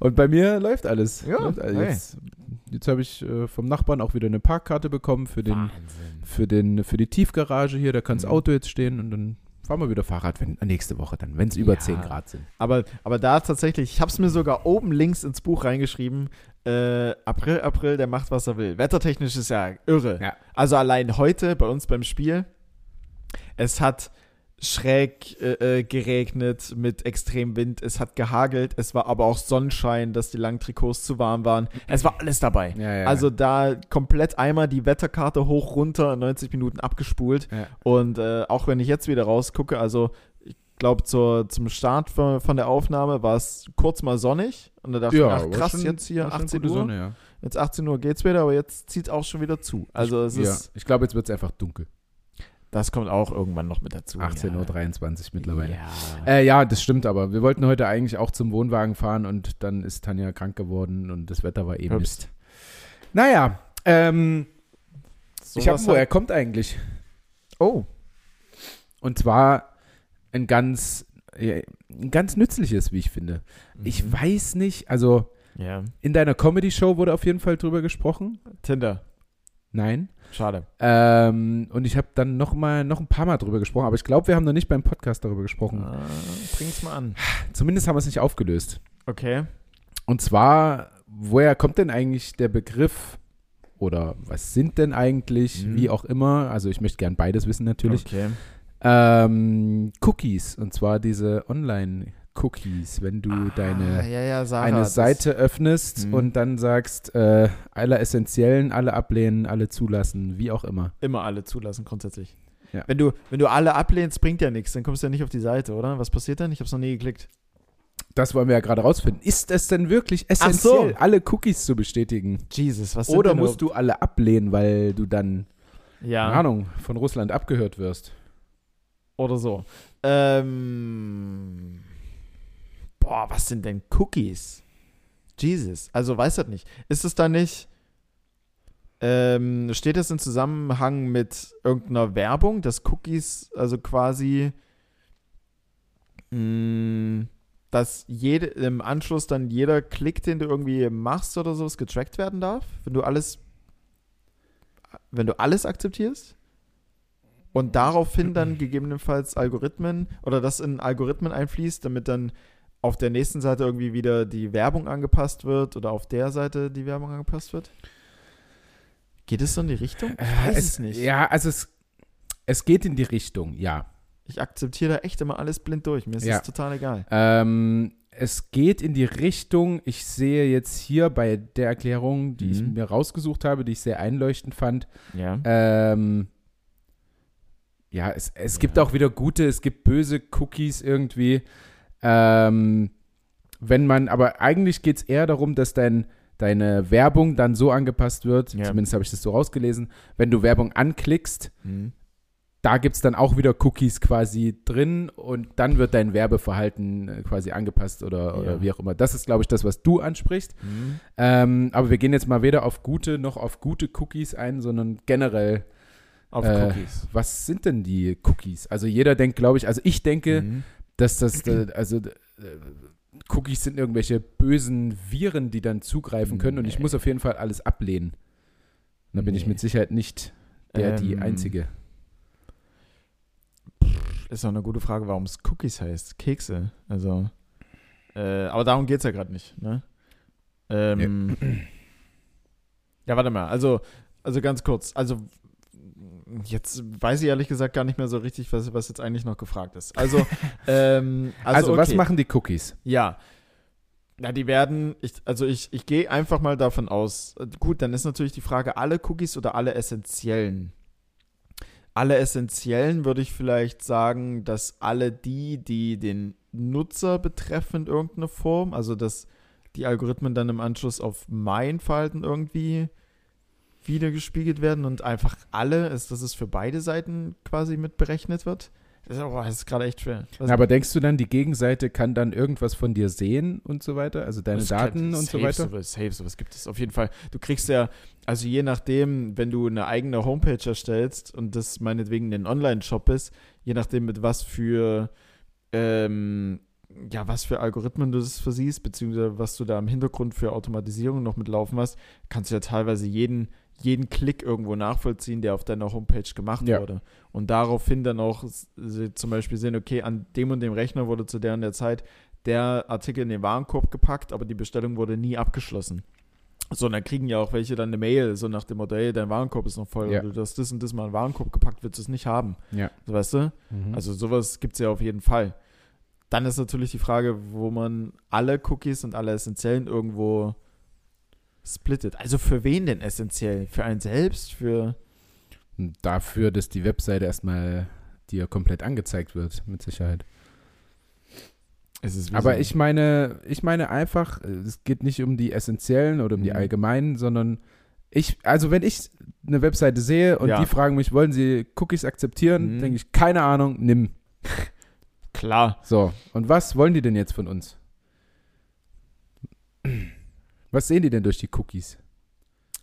B: Und bei mir läuft alles.
A: Ja,
B: Läuft alles.
A: hey.
B: Jetzt, jetzt habe ich äh, vom Nachbarn auch wieder eine Parkkarte bekommen für, den,
A: Wahnsinn.
B: für, den, für die Tiefgarage hier. Da kann das
A: Ah. Mhm.
B: Auto jetzt stehen und dann fahren wir wieder Fahrrad wenn, nächste Woche dann, wenn es über
A: Ja.
B: 10 Grad sind.
A: Aber, aber da tatsächlich, ich hab's mir sogar oben links ins Buch reingeschrieben. Äh, April, April, der macht, was er will. Wettertechnisch ist ja irre.
B: Ja.
A: Also allein heute bei uns beim Spiel, es hat schräg äh, äh, geregnet mit extrem Wind, es hat gehagelt, es war aber auch Sonnenschein, dass die langen Trikots zu warm waren. Es war alles dabei.
B: Ja, ja.
A: Also da komplett einmal die Wetterkarte hoch, runter, 90 Minuten abgespult.
B: Ja.
A: Und äh, auch wenn ich jetzt wieder rausgucke, also ich glaube zum Start von, von der Aufnahme war es kurz mal sonnig. Und da dachte ich,
B: aber
A: ach krass,
B: schon-
A: jetzt hier
B: war schon
A: 18
B: gute
A: Uhr.
B: Sonne, ja.
A: Jetzt 18 Uhr geht's wieder, aber jetzt zieht auch schon wieder zu. Also es
B: ja.
A: ist,
B: ich glaube, jetzt wird es einfach dunkel.
A: das kommt auch irgendwann noch mit dazu.
B: 18.23 Uhr mittlerweile.
A: Ja.
B: Äh, ja, das stimmt aber. Wir wollten heute eigentlich auch zum Wohnwagen fahren und dann ist Tanja krank geworden und das Wetter war eh
A: Ups.
B: Mist. Naja, ähm,
A: So
B: ich habe,
A: was
B: wo er
A: hat-
B: kommt eigentlich.
A: Oh,
B: Und zwar ein ganz, ja, ein ganz nützliches, wie ich finde. Ich
A: Mhm.
B: weiß nicht, also
A: ja.
B: in deiner Comedy-Show wurde auf jeden Fall drüber gesprochen.
A: Tinder.
B: Nein.
A: Schade.
B: Ähm, und ich habe dann noch mal, noch ein paar Mal drüber gesprochen, aber ich glaube, wir haben noch nicht beim Podcast darüber gesprochen.
A: Ah. Äh, Bring's mal an.
B: Zumindest haben wir es nicht aufgelöst.
A: Okay.
B: Und zwar, woher kommt denn eigentlich der Begriff oder was sind denn eigentlich,
A: Mhm.
B: wie auch immer, also ich möchte gern beides wissen natürlich,
A: Okay.
B: ähm, Cookies und zwar diese Online-Cookies, wenn du
A: ah,
B: deine
A: ja, ja, Sarah,
B: eine
A: das-
B: Seite öffnest
A: Mhm.
B: und dann sagst, äh, alle essentiellen, alle ablehnen, alle zulassen, wie auch immer.
A: Immer alle zulassen, grundsätzlich.
B: Ja.
A: Wenn, du, wenn du alle ablehnst, bringt ja nichts. Dann kommst du ja nicht auf die Seite, oder? Was passiert dann? Ich hab's noch nie geklickt.
B: Das wollen wir ja gerade rausfinden. Ist es denn wirklich
A: so.
B: essentiell, alle Cookies zu bestätigen?
A: Jesus, was sind
B: Oder
A: denn
B: musst du alle ablehnen, weil du dann
A: du. Ja,
B: keine Ahnung, von Russland abgehört wirst.
A: oder so. Ähm. Boah, was sind denn Cookies? Jesus. Also, weiß das nicht. Ist es da nicht. Ähm, steht das in Zusammenhang mit irgendeiner Werbung, dass Cookies, also quasi. Mh, Mm, dass jede, im Anschluss dann jeder Klick, den du irgendwie machst oder sowas, getrackt werden darf, wenn du alles, wenn du alles akzeptierst und daraufhin dann gegebenenfalls Algorithmen oder das in Algorithmen einfließt, damit dann auf der nächsten Seite irgendwie wieder die Werbung angepasst wird oder auf der Seite die Werbung angepasst wird? Geht es so in die Richtung? Ich weiß es, nicht.
B: Äh, Ja, also es, es geht in die Richtung, ja.
A: Ich akzeptiere da echt immer alles blind durch. Mir ist
B: Ja.
A: es total egal.
B: Ähm, es geht in die Richtung, ich sehe jetzt hier bei der Erklärung, die ich
A: Mhm.
B: mir rausgesucht habe, die ich sehr einleuchtend fand,
A: Ja.
B: ähm, ja, es, es gibt
A: Ja.
B: auch wieder gute, es gibt böse Cookies irgendwie. Ähm, wenn man, aber eigentlich geht es eher darum, dass dein, deine Werbung dann so angepasst wird,
A: Ja.
B: zumindest habe ich das so rausgelesen, wenn du Werbung anklickst,
A: Hm.
B: da gibt es dann auch wieder Cookies quasi drin und dann wird dein Werbeverhalten äh, quasi angepasst oder,
A: Ja.
B: oder wie auch immer. Das ist, glaube ich, das, was du ansprichst.
A: Hm.
B: Ähm, aber wir gehen jetzt mal weder auf gute noch auf gute Cookies ein, sondern generell,
A: Auf
B: Äh,
A: Cookies.
B: was sind denn die Cookies? Also jeder denkt, glaube ich, also ich denke,
A: Mhm.
B: dass das, äh, also äh, Cookies sind irgendwelche bösen Viren, die dann zugreifen können und ich
A: Nee.
B: muss auf jeden Fall alles ablehnen. Und da bin ich
A: Nee.
B: mit Sicherheit nicht der, die
A: Ähm,
B: Einzige.
A: Ist auch eine gute Frage, warum es Cookies heißt. Kekse. Also. Äh, aber darum geht es ja gerade nicht, ne? Ähm, Ja, warte mal. Also, also ganz kurz. Also, jetzt weiß ich ehrlich gesagt gar nicht mehr so richtig, was, was jetzt eigentlich noch gefragt ist. Also, ähm,
B: Also,
A: also, okay.
B: was machen die Cookies?
A: Ja. Na, die werden, ich, also ich, ich gehe einfach mal davon aus. äh, Gut, dann ist natürlich die Frage, alle Cookies oder alle essentiellen? Alle essentiellen würde ich vielleicht sagen, dass alle die, die den Nutzer betreffen in irgendeiner Form, also dass die Algorithmen dann im Anschluss auf mein Verhalten irgendwie wieder gespiegelt werden und einfach alle, ist, dass es für beide Seiten quasi mitberechnet wird. Das ist, oh, das ist gerade echt schwer. Also Das-
B: aber denkst du dann, die Gegenseite kann dann irgendwas von dir sehen und so weiter? Also deine
A: Das
B: Daten
A: kann-
B: und so
A: safe
B: weiter?
A: Sowas, safe, sowas gibt es auf jeden Fall. Du kriegst ja, also je nachdem, wenn du eine eigene Homepage erstellst und das meinetwegen ein Online-Shop ist, je nachdem mit was für, ähm, ja, was für Algorithmen du das versiehst, beziehungsweise was du da im Hintergrund für Automatisierung noch mitlaufen hast, kannst du ja teilweise jeden, jeden Klick irgendwo nachvollziehen, der auf deiner Homepage gemacht
B: Ja.
A: wurde. Und daraufhin dann auch s- sie zum Beispiel sehen, okay, an dem und dem Rechner wurde zu der und der Zeit der Artikel in den Warenkorb gepackt, aber die Bestellung wurde nie abgeschlossen. So, und dann kriegen ja auch welche dann eine Mail, so nach dem Motto, hey, dein Warenkorb ist noch voll,
B: Ja.
A: oder du hast das und das mal in den Warenkorb gepackt, willst du es nicht haben.
B: Ja.
A: So, weißt du?
B: Mhm.
A: Also sowas gibt es ja auf jeden Fall. Dann ist natürlich die Frage, wo man alle Cookies und alle Essentiellen irgendwo splittet. Also für wen denn essentiell? Für einen selbst? Für
B: Und Dafür, dass die Webseite erstmal dir komplett angezeigt wird, mit Sicherheit.
A: es ist wie
B: Aber
A: so-
B: ich meine, ich meine einfach, äh, es geht nicht um die essentiellen oder um die
A: Mhm.
B: allgemeinen, sondern ich, also wenn ich eine Webseite sehe und
A: Ja.
B: die fragen mich, wollen sie Cookies akzeptieren,
A: Mhm.
B: denke ich, keine Ahnung, nimm.
A: klar.
B: So, und was wollen die denn jetzt von uns? Was sehen die denn durch die Cookies?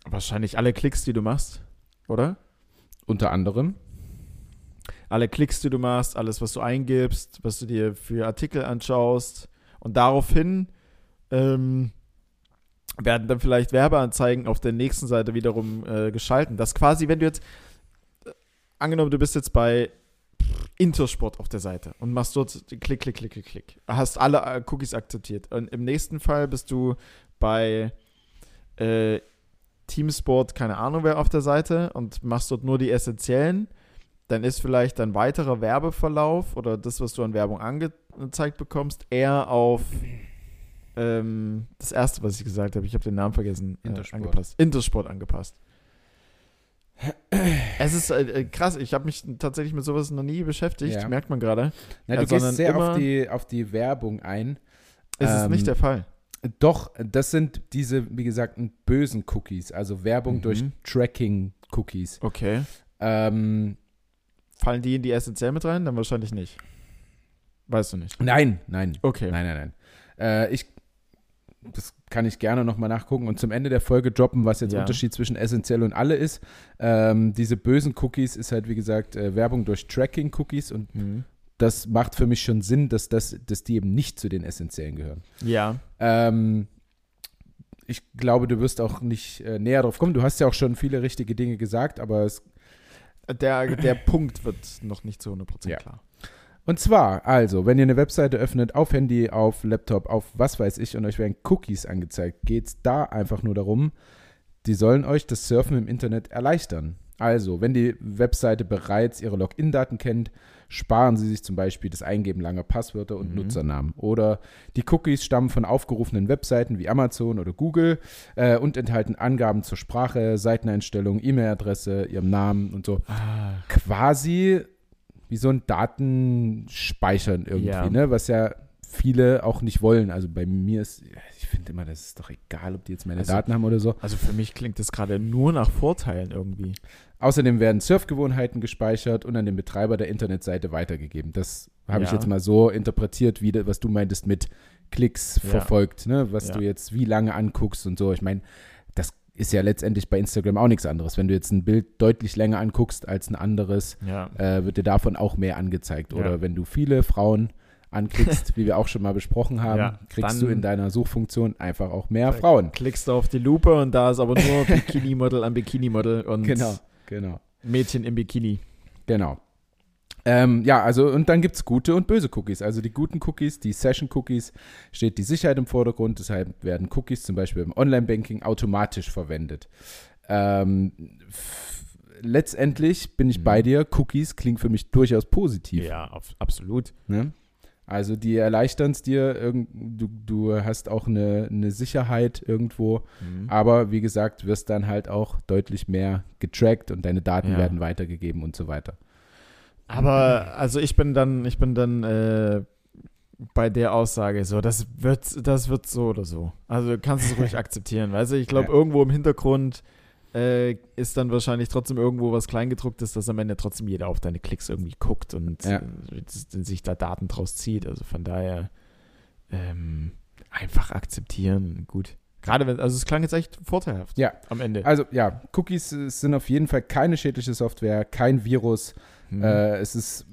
A: Wahrscheinlich alle Klicks, die du machst, oder?
B: Unter anderem.
A: alle Klicks, die du machst, alles, was du eingibst, was du dir für Artikel anschaust. Und daraufhin ähm, werden dann vielleicht Werbeanzeigen auf der nächsten Seite wiederum äh, geschalten. Das quasi, wenn du jetzt, äh, angenommen, du bist jetzt bei Intersport auf der Seite und machst dort Klick, Klick, Klick, Klick, Klick. Hast alle äh, Cookies akzeptiert. Und im nächsten Fall bist du bei äh, Teamsport, keine Ahnung wer auf der Seite und machst dort nur die essentiellen dann ist vielleicht ein weiterer Werbeverlauf oder das, was du an Werbung angezeigt bekommst, eher auf ähm, das erste, was ich gesagt habe. Ich habe den Namen vergessen.
B: Intersport.
A: Äh, angepasst. Intersport angepasst. Es ist äh, äh, krass. Ich habe mich tatsächlich mit sowas noch nie beschäftigt.
B: Ja.
A: Merkt man gerade.
B: Na,
A: Ja,
B: du gehst
A: sondern
B: sehr
A: immer-
B: auf die, auf die Werbung ein.
A: Es ist
B: Ähm,
A: nicht der Fall.
B: Doch, das sind diese, wie gesagt, bösen Cookies, also Werbung
A: Mhm.
B: durch Tracking-Cookies.
A: Okay.
B: Ähm,
A: Fallen die in die essentiell mit rein? Dann wahrscheinlich nicht. Weißt du nicht.
B: nein, nein,
A: Okay.
B: nein, nein, nein. Äh, ich, das kann ich gerne nochmal nachgucken und zum Ende der Folge droppen, was jetzt
A: Ja.
B: der Unterschied zwischen essentiell und alle ist. Ähm, diese bösen Cookies ist halt, wie gesagt, äh, Werbung durch Tracking-Cookies und
A: Mhm.
B: das macht für mich schon Sinn, dass, das, dass die eben nicht zu den essentiellen gehören.
A: Ja.
B: Ähm, ich glaube, du wirst auch nicht äh, näher drauf kommen. Du hast ja auch schon viele richtige Dinge gesagt, aber es.
A: Der, der Punkt wird noch nicht zu 100%
B: Ja.
A: klar.
B: Und zwar, also, wenn ihr eine Webseite öffnet, auf Handy, auf Laptop, auf was weiß ich, und euch werden Cookies angezeigt, geht es da einfach nur darum, die sollen euch das Surfen im Internet erleichtern. Also, wenn die Webseite bereits ihre Login-Daten kennt, sparen sie sich zum Beispiel das Eingeben langer Passwörter und
A: Mhm.
B: Nutzernamen. Oder die Cookies stammen von aufgerufenen Webseiten wie Amazon oder Google äh, und enthalten Angaben zur Sprache, Seiteneinstellung, E-Mail-Adresse, ihrem Namen und so
A: Ah,
B: quasi wie so ein Datenspeichern irgendwie,
A: Ja.
B: ne? was ja viele auch nicht wollen. Also bei mir ist, ich finde immer, das ist doch egal, ob die jetzt meine
A: Also-
B: Daten haben oder so.
A: Also für mich klingt das gerade nur nach Vorteilen irgendwie.
B: Außerdem werden Surfgewohnheiten gespeichert und an den Betreiber der Internetseite weitergegeben. Das habe ich
A: Ja.
B: jetzt mal so interpretiert, wie, de- was du meintest mit Klicks
A: Ja.
B: verfolgt, ne? was
A: Ja.
B: du jetzt wie lange anguckst und so. Ich meine, das ist ja letztendlich bei Instagram auch nichts anderes. Wenn du jetzt ein Bild deutlich länger anguckst als ein anderes,
A: Ja.
B: äh, wird dir davon auch mehr angezeigt.
A: Ja.
B: Oder wenn du viele Frauen anklickst, wie wir auch schon mal besprochen haben,
A: Ja, dann-
B: kriegst du in deiner Suchfunktion einfach auch mehr
A: Korrekt.
B: Frauen.
A: Klickst du auf die Lupe und da ist aber nur Bikini-Model an Bikini-Model und
B: genau,
A: Mädchen im Bikini.
B: genau. Ähm, ja, also und dann gibt es gute und böse Cookies. Also die guten Cookies, die Session-Cookies, steht die Sicherheit im Vordergrund. Deshalb werden Cookies zum Beispiel im Online-Banking automatisch verwendet. Ähm, f- letztendlich bin ich
A: Mhm.
B: bei dir. Cookies klingen für mich durchaus positiv.
A: Ja, auf, absolut.
B: Ne? Also die erleichtern es dir, irgend- du, du hast auch eine, eine Sicherheit irgendwo,
A: Hm.
B: aber wie gesagt, wirst dann halt auch deutlich mehr getrackt und deine Daten
A: Ja.
B: werden weitergegeben und so weiter.
A: Aber also ich bin dann, ich bin dann äh, bei der Aussage so, das wird, das wird so oder so. Also du kannst es ruhig akzeptieren. Weißt du, ich glaube,
B: Ja.
A: irgendwo im Hintergrund äh, ist dann wahrscheinlich trotzdem irgendwo was Kleingedrucktes, dass am Ende trotzdem jeder auf deine Klicks irgendwie guckt und
B: Ja.
A: äh, sich da Daten draus zieht. Also von daher ähm, einfach akzeptieren. Gut. Gerade wenn, also es klang jetzt echt vorteilhaft
B: Ja.
A: am Ende.
B: Also ja, Cookies äh, sind auf jeden Fall keine schädliche Software, kein Virus.
A: Mhm.
B: Äh, es ist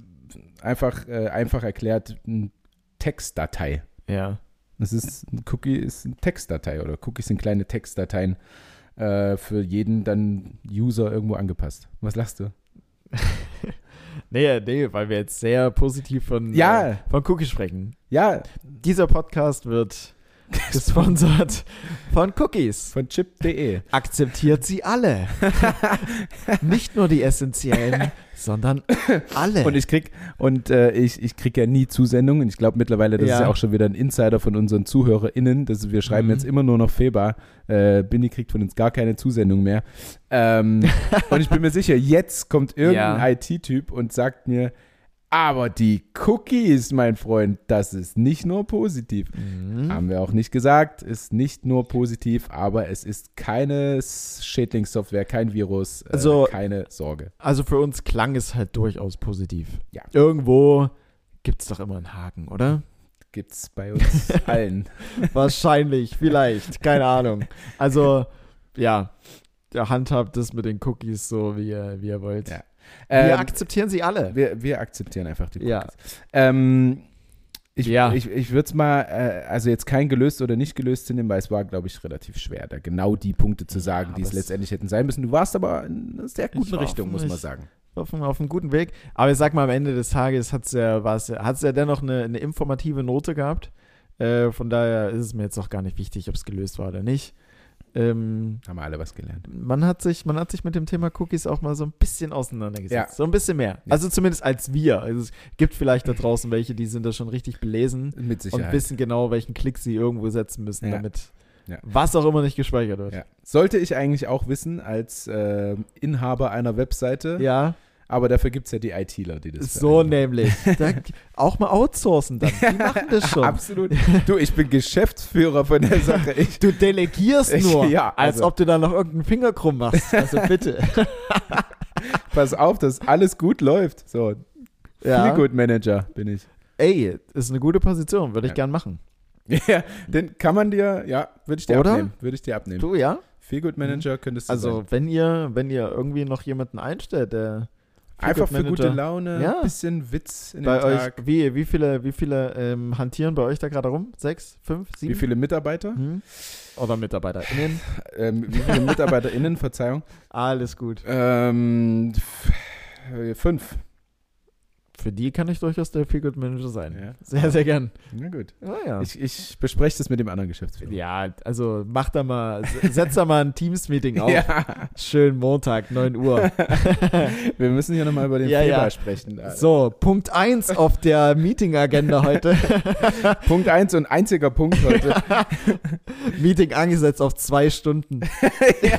B: einfach, äh, einfach erklärt eine Textdatei.
A: ja.
B: Es ist ein Cookie ist eine Textdatei oder Cookies sind kleine Textdateien äh, für jeden dann User irgendwo angepasst. Was lachst du?
A: Nee, äh, nee, weil wir jetzt sehr positiv von, äh,
B: Ja,
A: von Cookie sprechen.
B: ja,
A: Dieser Podcast wird gesponsert von Cookies.
B: von chip.de.
A: Akzeptiert sie alle. Nicht nur die essentiellen, sondern alle.
B: Und ich krieg und äh, ich, ich krieg ja nie Zusendungen. Ich glaube mittlerweile, das
A: Ja.
B: ist ja auch schon wieder ein Insider von unseren ZuhörerInnen, dass wir schreiben
A: Mhm.
B: jetzt immer nur noch Feber. Äh, Bini kriegt von uns gar keine Zusendung mehr. Ähm, und ich bin mir sicher, jetzt kommt irgendein
A: Ja.
B: IT-Typ und sagt mir, aber die Cookies, mein Freund, das ist nicht nur positiv.
A: Mhm.
B: Haben wir auch nicht gesagt, ist nicht nur positiv, aber es ist keine Schädlingssoftware, kein Virus, äh,
A: Also-
B: keine Sorge.
A: Also für uns klang es halt durchaus positiv.
B: Ja.
A: Irgendwo gibt es doch immer einen Haken, oder?
B: Gibt's bei uns allen.
A: Wahrscheinlich, vielleicht, keine Ahnung. Also, ja, der handhabt es mit den Cookies so, wie ihr, wie ihr wollt.
B: Ja.
A: Wir
B: Ähm,
A: akzeptieren sie alle.
B: Wir, wir akzeptieren einfach die Cookies.
A: Ja.
B: Ähm, ich
A: Ja.
B: ich, ich würde es mal, äh, also jetzt kein gelöst oder nicht gelöst hinnehmen, weil es war, glaube ich, relativ schwer, da genau die Punkte zu sagen,
A: Ja,
B: die es
A: aber es-
B: letztendlich hätten sein müssen. Du warst aber in einer sehr guten
A: war
B: Richtung, muss man
A: offensichtlich-
B: sagen.
A: auf, einem- auf einem guten Weg. Aber ich sag mal, am Ende des Tages hat es ja, war's ja, hat's ja dennoch eine, eine informative Note gehabt. Äh, von daher ist es mir jetzt auch gar nicht wichtig, ob es gelöst war oder nicht. Ähm,
B: Haben wir alle was gelernt.
A: man, hat sich, man hat sich mit dem Thema Cookies auch mal so ein bisschen auseinandergesetzt.
B: Ja.
A: So ein bisschen mehr.
B: Ja.
A: Also zumindest als wir. Also es gibt vielleicht da draußen welche, die sind da schon richtig belesen
B: Mit
A: und
B: Sicherheit.
A: wissen genau, welchen Klick sie irgendwo setzen müssen,
B: Ja.
A: damit
B: Ja.
A: was auch immer nicht gespeichert wird.
B: ja. Sollte ich eigentlich auch wissen, als ähm, Inhaber einer Webseite,
A: ja.
B: aber dafür gibt es ja die ITler, die das
A: So
B: vereinbaren.
A: nämlich. Da, auch mal outsourcen dann. Die machen das schon.
B: Absolut. Du, ich bin Geschäftsführer von der Sache. Ich,
A: Du delegierst
B: Ich-
A: nur,
B: ja, also-
A: als ob du da noch irgendeinen Finger krumm machst. Also bitte.
B: pass auf, dass alles gut läuft. So, Feel Good Manager bin ich.
A: Ey, ist eine gute Position, würde ich
B: Ja.
A: gern machen.
B: Ja, den kann man dir, ja, würde ich dir
A: Oder?
B: abnehmen. Würde ich dir abnehmen.
A: Du ja?
B: Feel Good Manager könntest du
A: Also,
B: sein.
A: wenn ihr, wenn ihr irgendwie noch jemanden einstellt, der Feel
B: einfach
A: Good
B: für gute
A: Manager.
B: Laune,
A: Ja.
B: bisschen Witz in
A: bei
B: den
A: euch,
B: Tag.
A: wie, wie viele, wie viele ähm, hantieren bei euch da gerade rum? Sechs, fünf, sieben?
B: Wie viele Mitarbeiter?
A: Hm? Oder MitarbeiterInnen?
B: Ähm, wie viele MitarbeiterInnen, Verzeihung?
A: Alles gut.
B: Ähm, f- äh, fünf.
A: Für die kann ich durchaus der Feel Good Manager sein.
B: Ja.
A: Sehr, sehr gern.
B: Na gut.
A: Ah, ja.
B: Ich, ich bespreche das mit dem anderen Geschäftsführer.
A: ja, also mach da mal, setz da mal ein Teams-Meeting auf.
B: Ja.
A: Schön Montag, 9 Uhr.
B: Wir müssen hier nochmal über den
A: Ja,
B: Fieber
A: ja.
B: sprechen.
A: So, Punkt 1 auf der Meeting-Agenda heute.
B: Punkt eins und einziger Punkt heute.
A: Meeting angesetzt auf zwei Stunden. Ich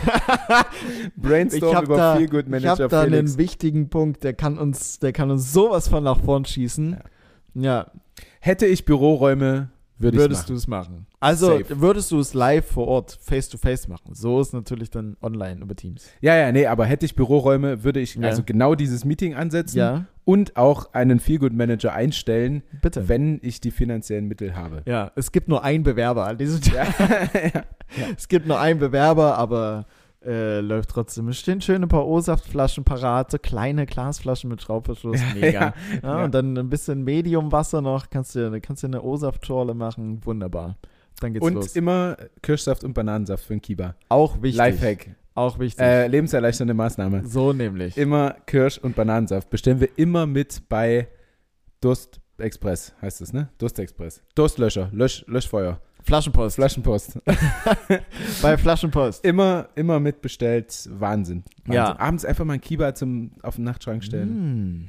B: Brainstorm
A: hab
B: über
A: da-
B: Feel Good
A: ich habe
B: Manager
A: da
B: Felix.
A: einen wichtigen Punkt, der kann uns, der kann uns sowas von nach vorn schießen. Ja,
B: Hätte ich Büroräume, würde ich
A: würdest du es machen. Also
B: Safe.
A: würdest du es live vor Ort, face-to-face machen. So ist natürlich dann online über Teams.
B: Ja, ja, nee, aber hätte ich Büroräume, würde ich
A: Ja.
B: also genau dieses Meeting ansetzen
A: Ja,
B: und auch einen Feelgood Manager einstellen,
A: bitte.
B: wenn ich die finanziellen Mittel habe.
A: Ja, es gibt nur einen Bewerber an diesem Tag.
B: Ja.
A: Es gibt nur einen Bewerber, aber äh, läuft trotzdem. Es stehen schöne paar O-Saftflaschen parat, so kleine Glasflaschen mit Schraubverschluss.
B: Ja,
A: Mega.
B: ja,
A: Ja,
B: ja.
A: Und dann ein bisschen Medium-Wasser noch. Kannst du, kannst du eine O-Saftschorle machen. Wunderbar. Dann geht's
B: und
A: los.
B: immer Kirschsaft und Bananensaft für den Kiba.
A: Auch wichtig.
B: Lifehack.
A: Auch wichtig.
B: Äh, lebenserleichternde Maßnahme.
A: so nämlich.
B: Immer Kirsch und Bananensaft. Bestellen wir immer mit bei Durst Express, heißt es, ne? Durst Express. Durstlöscher, Lösch, Löschfeuer,
A: Flaschenpost.
B: Flaschenpost.
A: Bei Flaschenpost.
B: immer, immer mitbestellt. Wahnsinn. Wahnsinn.
A: Ja.
B: Abends einfach mal einen Kiba zum, auf den Nachtschrank stellen.
A: Mm.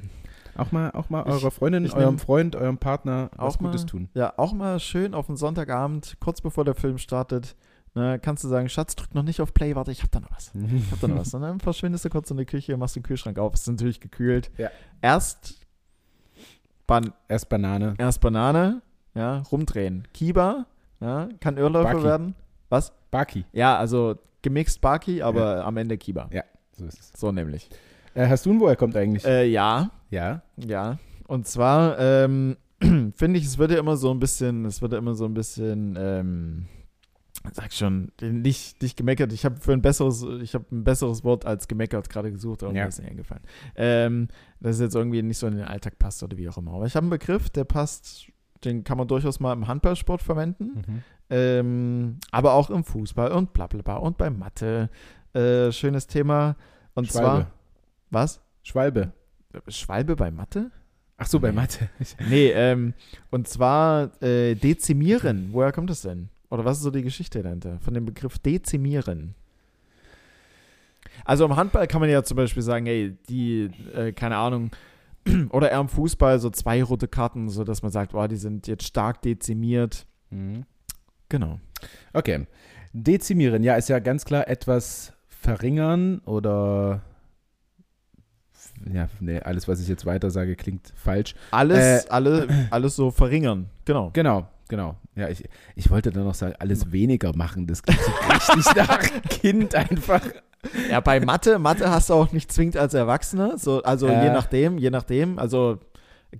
B: Auch mal, auch mal
A: Ich-
B: eurer Freundin,
A: ich
B: eurem
A: nehm-
B: Freund, eurem Partner was
A: Auch mal-
B: Gutes tun.
A: Ja, auch mal schön auf den Sonntagabend, kurz bevor der Film startet. Ne, kannst du sagen, Schatz, drück noch nicht auf Play, warte, ich hab da noch was. Ich hab da noch was. Und dann verschwindest du kurz in die Küche, machst den Kühlschrank auf. Ist natürlich gekühlt.
B: Ja.
A: Erst, Ban
B: Erst Banane.
A: erst Banane, ja, rumdrehen. Kiba, ja, kann Öhrläufer
B: Baki.
A: werden.
B: Baki.
A: Ja, also gemixt Baki, aber am Ende Kiba.
B: So ist es.
A: So nämlich.
B: Äh, hast du ihn, wo er kommt eigentlich?
A: Äh, ja,
B: ja.
A: ja. Und zwar ähm, finde ich, es wird ja immer so ein bisschen, es wird ja immer so ein bisschen, ähm, sag schon, nicht, nicht gemeckert. Ich habe für ein besseres, ich habe ein besseres Wort als gemeckert gerade gesucht, aber
B: Ja.
A: mir ist nicht eingefallen. Ähm, das jetzt irgendwie nicht so in den Alltag passt oder wie auch immer. Aber ich habe einen Begriff, der passt, den kann man durchaus mal im Handballsport verwenden.
B: Hm.
A: Ähm, aber auch im Fußball und bla bla bla und bei Mathe. Äh, schönes Thema. Und zwar,
B: Schwalbe.
A: was?
B: Schwalbe.
A: Schwalbe bei Mathe?
B: Ach so, bei
A: Nee.
B: Mathe.
A: Nee, ähm, und zwar äh, dezimieren. Woher kommt das denn? Oder was ist so die Geschichte dahinter? Von dem Begriff dezimieren. Also im Handball kann man ja zum Beispiel sagen, ey, die, äh, keine Ahnung, oder eher im Fußball so zwei rote Karten, so dass man sagt, oh, die sind jetzt stark dezimiert. Genau.
B: Okay. Dezimieren, ja, ist ja ganz klar etwas verringern oder ja, nee, alles, was ich jetzt weiter sage, klingt falsch.
A: Alles, alle, alles so verringern. Genau.
B: Genau, genau. Ja, ich, ich wollte dann noch sagen, alles weniger machen. Das klingt so richtig nach Kind einfach.
A: Ja, bei Mathe, Mathe hast du auch nicht zwingend als Erwachsener. So, also
B: Äh.
A: je nachdem, je nachdem. Also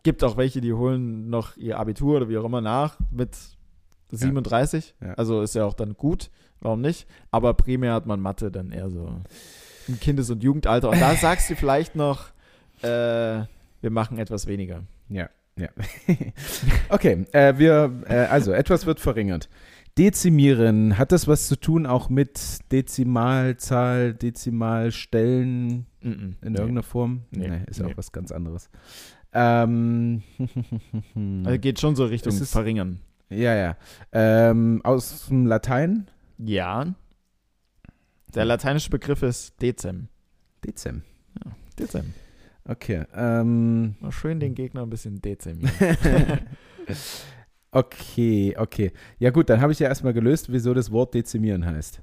A: gibt auch welche, die holen noch ihr Abitur oder wie auch immer nach mit 37.
B: Ja.
A: Also ist ja auch dann gut, warum nicht? Aber primär hat man Mathe dann eher so im Kindes- und Jugendalter. Und da sagst du vielleicht noch, äh, wir machen etwas weniger.
B: Ja, ja. okay, äh, wir, äh, also etwas wird verringert. Dezimieren, hat das was zu tun auch mit Dezimalzahl, Dezimalstellen
A: Mhm.
B: in irgendeiner Form?
A: Nee.
B: ist
A: Nee.
B: auch was ganz anderes. Ähm,
A: Also geht schon so Richtung
B: Es ist-
A: verringern.
B: ja, ja. Ähm, aus dem Latein?
A: Ja. Der lateinische Begriff ist Dezem.
B: Dezem.
A: Dezem.
B: Okay. Ähm,
A: Mal schön den Gegner ein bisschen dezimieren.
B: okay, okay. Ja gut, dann habe ich ja erstmal gelöst, wieso das Wort dezimieren heißt.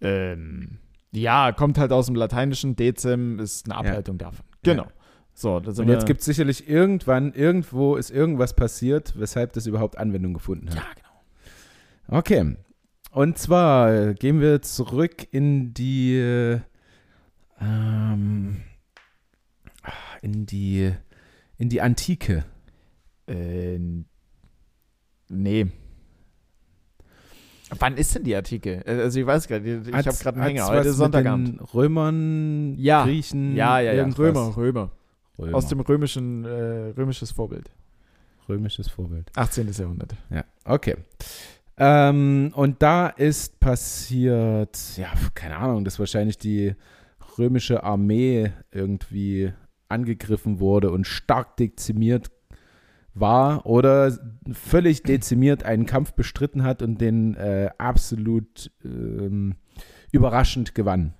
A: Ähm, ja, kommt halt aus dem Lateinischen. Dezim ist eine Ableitung davon. Genau. So, das sind
B: Und jetzt
A: wir-
B: gibt es sicherlich irgendwann, irgendwo ist irgendwas passiert, weshalb das überhaupt Anwendung gefunden hat.
A: Ja, genau.
B: Okay. Und zwar gehen wir zurück in die äh, ähm, in die in die Antike.
A: Ähm, nee. Wann ist denn die Artikel? Äh, Also ich weiß gerade, ich habe
B: Hat's-
A: gerade einen Hänger.
B: hat's
A: Heute
B: was
A: ist
B: mit
A: Sonntagabend.
B: den Römern,
A: Ja.
B: Griechen,
A: Ja, ja, ja.
B: irgendwas.
A: Römer, Römer.
B: Römer.
A: Aus dem römischen, äh, römisches Vorbild.
B: römisches Vorbild.
A: 18. Jahrhundert.
B: Ja, okay. Ähm, und da ist passiert, ja, keine Ahnung, dass wahrscheinlich die römische Armee irgendwie angegriffen wurde und stark dezimiert war oder völlig dezimiert einen Kampf bestritten hat und den äh, absolut ähm, überraschend gewann.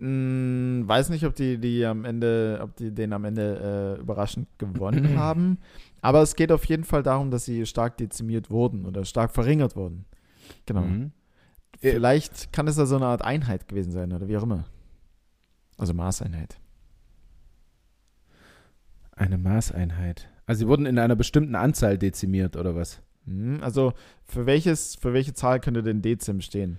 A: Mm, weiß nicht, ob die, die am Ende, ob die den am Ende äh, überraschend gewonnen haben. Aber es geht auf jeden Fall darum, dass sie stark dezimiert wurden oder stark verringert wurden. Genau.
B: Mhm.
A: Vielleicht kann es da so eine Art Einheit gewesen sein oder wie auch immer. Also Maßeinheit.
B: Eine Maßeinheit. Also sie wurden in einer bestimmten Anzahl dezimiert oder was?
A: Mhm, Also für welches, für welche Zahl könnte denn Dezim stehen?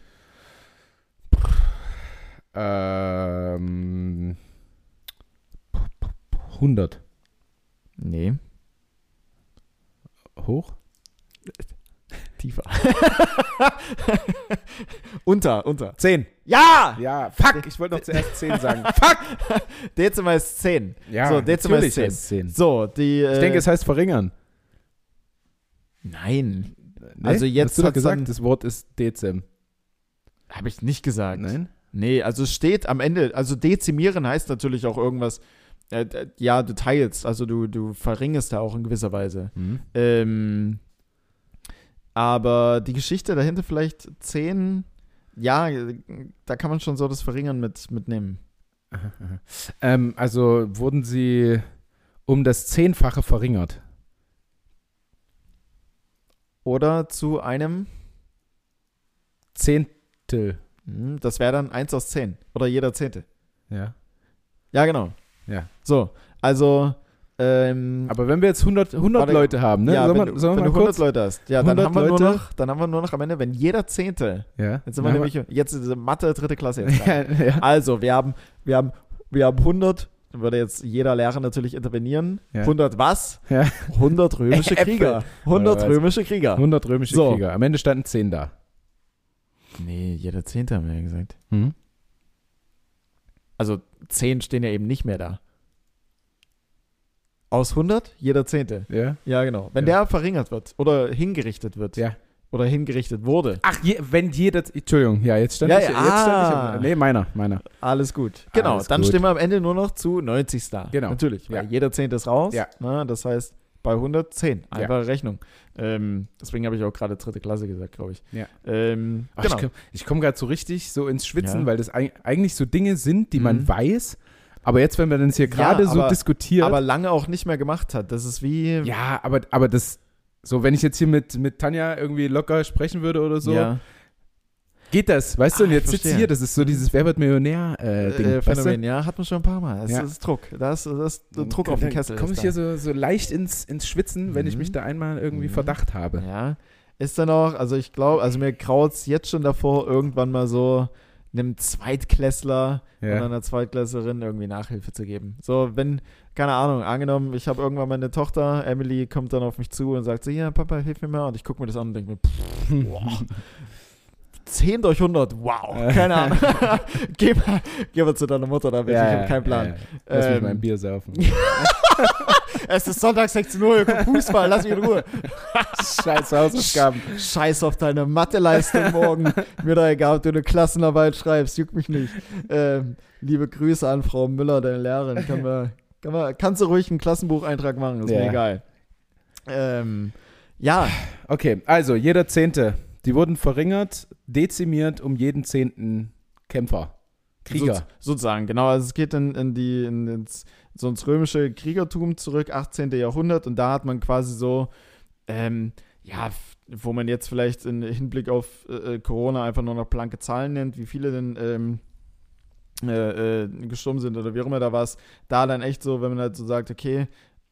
B: Ähm, 100.
A: Nee,
B: Hoch?
A: tiefer. unter, unter.
B: Zehn.
A: Ja!
B: Ja, Ah, fuck, ich wollte noch zuerst zehn sagen. fuck!
A: Dezim heißt 10.
B: Ja,
A: So, Dezibel
B: natürlich
A: ist zehn.
B: heißt zehn.
A: So, die.
B: Ich
A: äh,
B: denke, es heißt verringern.
A: Nein,
B: Nee?
A: Also jetzt
B: Hast du doch
A: hat's dann-
B: gesagt, das Wort ist Dezem.
A: habe ich nicht gesagt. Nee, also es steht am Ende, also dezimieren heißt natürlich auch irgendwas, äh, d- ja, du teilst, also du, du verringerst da auch in gewisser Weise.
B: Hm.
A: Ähm, aber die Geschichte dahinter vielleicht 10, ja, da kann man schon so das Verringern mit, mitnehmen.
B: Aha, aha. Ähm, also wurden sie um das Zehnfache verringert.
A: Oder zu einem,
B: Zehntel.
A: hm, das wäre dann 1 aus 10 oder jeder Zehnte.
B: Ja.
A: Ja, genau.
B: Ja.
A: So, also Ähm,
B: Aber wenn wir jetzt 100, 100
A: Warte,
B: Leute haben, ne?
A: ja,
B: Sollen
A: wenn,
B: wir-
A: du-
B: sollen
A: wenn
B: wir
A: du
B: mal
A: 100
B: kurz?
A: Leute hast, ja, dann
B: 100
A: haben, wir nur
B: Leute.
A: noch, dann haben wir nur noch am Ende, wenn jeder Zehnte,
B: Ja.
A: jetzt sind wir
B: Dann
A: nämlich, jetzt ist Mathe, dritte Klasse jetzt.
B: ja, ja.
A: Also, wir haben, wir haben, wir haben 100, da würde jetzt jeder Lehrer natürlich intervenieren.
B: Ja.
A: 100 was?
B: Ja.
A: 100 römische
B: Äpfel.
A: Krieger.
B: Oder
A: 100
B: was?
A: römische Krieger.
B: 100 römische
A: So.
B: Krieger. Am Ende standen 10 da.
A: Nee, jeder Zehnte haben wir ja gesagt.
B: Hm?
A: Also 10 stehen ja eben nicht mehr da. Aus 100 jeder Zehnte.
B: Ja.
A: Ja, genau. Wenn
B: Ja.
A: der verringert wird oder hingerichtet wird.
B: Ja.
A: Oder hingerichtet wurde.
B: Ach, je, wenn jeder. Entschuldigung, ja, jetzt stand
A: Ja,
B: ich.
A: ja,
B: Jetzt
A: ah.
B: stand ich nee, meiner, meiner.
A: Alles gut. Genau,
B: Alles
A: dann
B: gut.
A: stehen wir am Ende nur noch zu 90 da.
B: Genau.
A: Natürlich, weil
B: Ja.
A: jeder Zehnte ist raus.
B: Ja.
A: Na, das heißt, bei 110. Einfache Rechnung. Ähm, deswegen habe ich auch gerade dritte Klasse gesagt, glaube ich.
B: Ja.
A: Ähm,
B: Ach,
A: genau.
B: Ich komme komm gerade so richtig so ins Schwitzen,
A: Ja.
B: weil das eig- eigentlich so Dinge sind, die man
A: Mhm.
B: weiß. Aber jetzt, wenn wir das hier
A: Ja,
B: gerade so
A: aber-
B: diskutieren.
A: Aber lange auch nicht mehr gemacht hat. Das ist wie.
B: ja, aber, aber das. So, wenn ich jetzt hier mit, mit Tanja irgendwie locker sprechen würde oder so,
A: Ja.
B: geht das, weißt du?
A: Ah,
B: Und
A: ich
B: jetzt sitzt
A: verstehe.
B: hier, das ist so dieses Wer wird
A: Äh,
B: Millionär-Ding.
A: äh, Phänomen, ja, hat man schon ein paar Mal. Es
B: Ja.
A: ist Druck. Da ist, da ist Druck auf den Kessel.
B: Komme ich
A: ist
B: hier so, so leicht ins, ins Schwitzen, wenn ich
A: Mhm.
B: mich da einmal irgendwie
A: Mhm.
B: Verdacht habe.
A: Ja. Ist dann auch, also ich glaube, also mir kraut es jetzt schon davor, irgendwann mal so einem Zweitklässler
B: Ja.
A: und einer Zweitklässlerin irgendwie Nachhilfe zu geben. So, wenn, keine Ahnung, angenommen, ich habe irgendwann meine Tochter, Emily, kommt dann auf mich zu und sagt so, ja, Papa, hilf mir mal. Und ich gucke mir das an und denke mir, pff, boah, 10 durch 100, wow, keine Ahnung. geh, mal, geh mal zu deiner Mutter, da bin ich, ich habe keinen Plan.
B: ja, ja. Lass mich
A: Ähm,
B: mein Bier saufen.
A: Es ist Sonntag 16 Uhr, ihr guckt Fußball, lass mich in Ruhe.
B: Scheiß Hausaufgaben.
A: Scheiß auf deine Matheleistung morgen. Mir da egal, ob du eine Klassenarbeit schreibst, juckt mich nicht. Ähm, liebe Grüße an Frau Müller, deine Lehrerin. Kann man, kann man, kannst du ruhig einen Klassenbucheintrag machen, ist
B: Ja.
A: mir egal. Ähm, ja,
B: Okay, also jeder Zehnte. Die wurden verringert, dezimiert um jeden zehnten Kämpfer.
A: So,
B: Krieger.
A: sozusagen, genau. Also es geht in, in die, in, ins, so ins römische Kriegertum zurück, 18. Jahrhundert, und da hat man quasi so, ähm, ja, f- wo man jetzt vielleicht in Hinblick auf äh, äh, Corona einfach nur noch blanke Zahlen nennt, wie viele denn ähm, äh, äh, gestorben sind oder wie auch immer da war es, da dann echt so, wenn man halt so sagt, okay,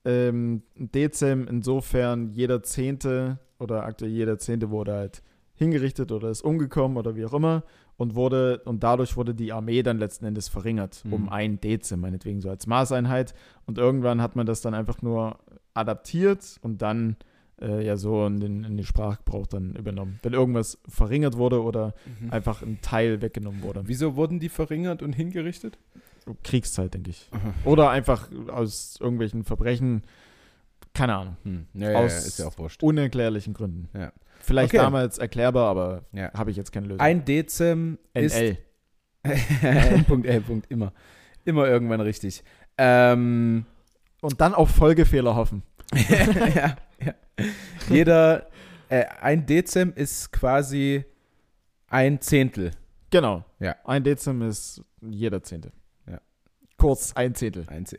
A: ähm, Dezem insofern jeder Zehnte oder aktuell jeder Zehnte wurde halt hingerichtet oder ist umgekommen oder wie auch immer und wurde und dadurch wurde die Armee dann letzten Endes verringert um
B: Mhm.
A: ein Dezem, meinetwegen so als Maßeinheit und irgendwann hat man das dann einfach nur adaptiert und dann äh, ja so in den, in den Sprachgebrauch dann übernommen, wenn irgendwas verringert wurde oder einfach ein Teil weggenommen wurde.
B: Wieso wurden die verringert und hingerichtet?
A: Kriegszeit, denke ich.
B: Mhm.
A: Oder einfach aus irgendwelchen Verbrechen, keine Ahnung,
B: Hm. Ja, ja, ja,
A: Aus-
B: ist ja auch wurscht.
A: unerklärlichen Gründen.
B: Ja.
A: Vielleicht
B: Okay.
A: damals erklärbar, aber
B: Ja.
A: habe ich jetzt keine Lösung.
B: Ein Dezim ist.
A: NL.
B: Punkt L, Punkt, immer. Immer irgendwann richtig. Ähm,
A: Und dann auf Folgefehler hoffen.
B: ja, ja. Jeder, äh, ein Dezim ist quasi ein Zehntel.
A: Genau.
B: Ja.
A: Ein Dezim ist jeder Zehnte.
B: Ja.
A: Kurz ein Zehntel.
B: Ein Ze-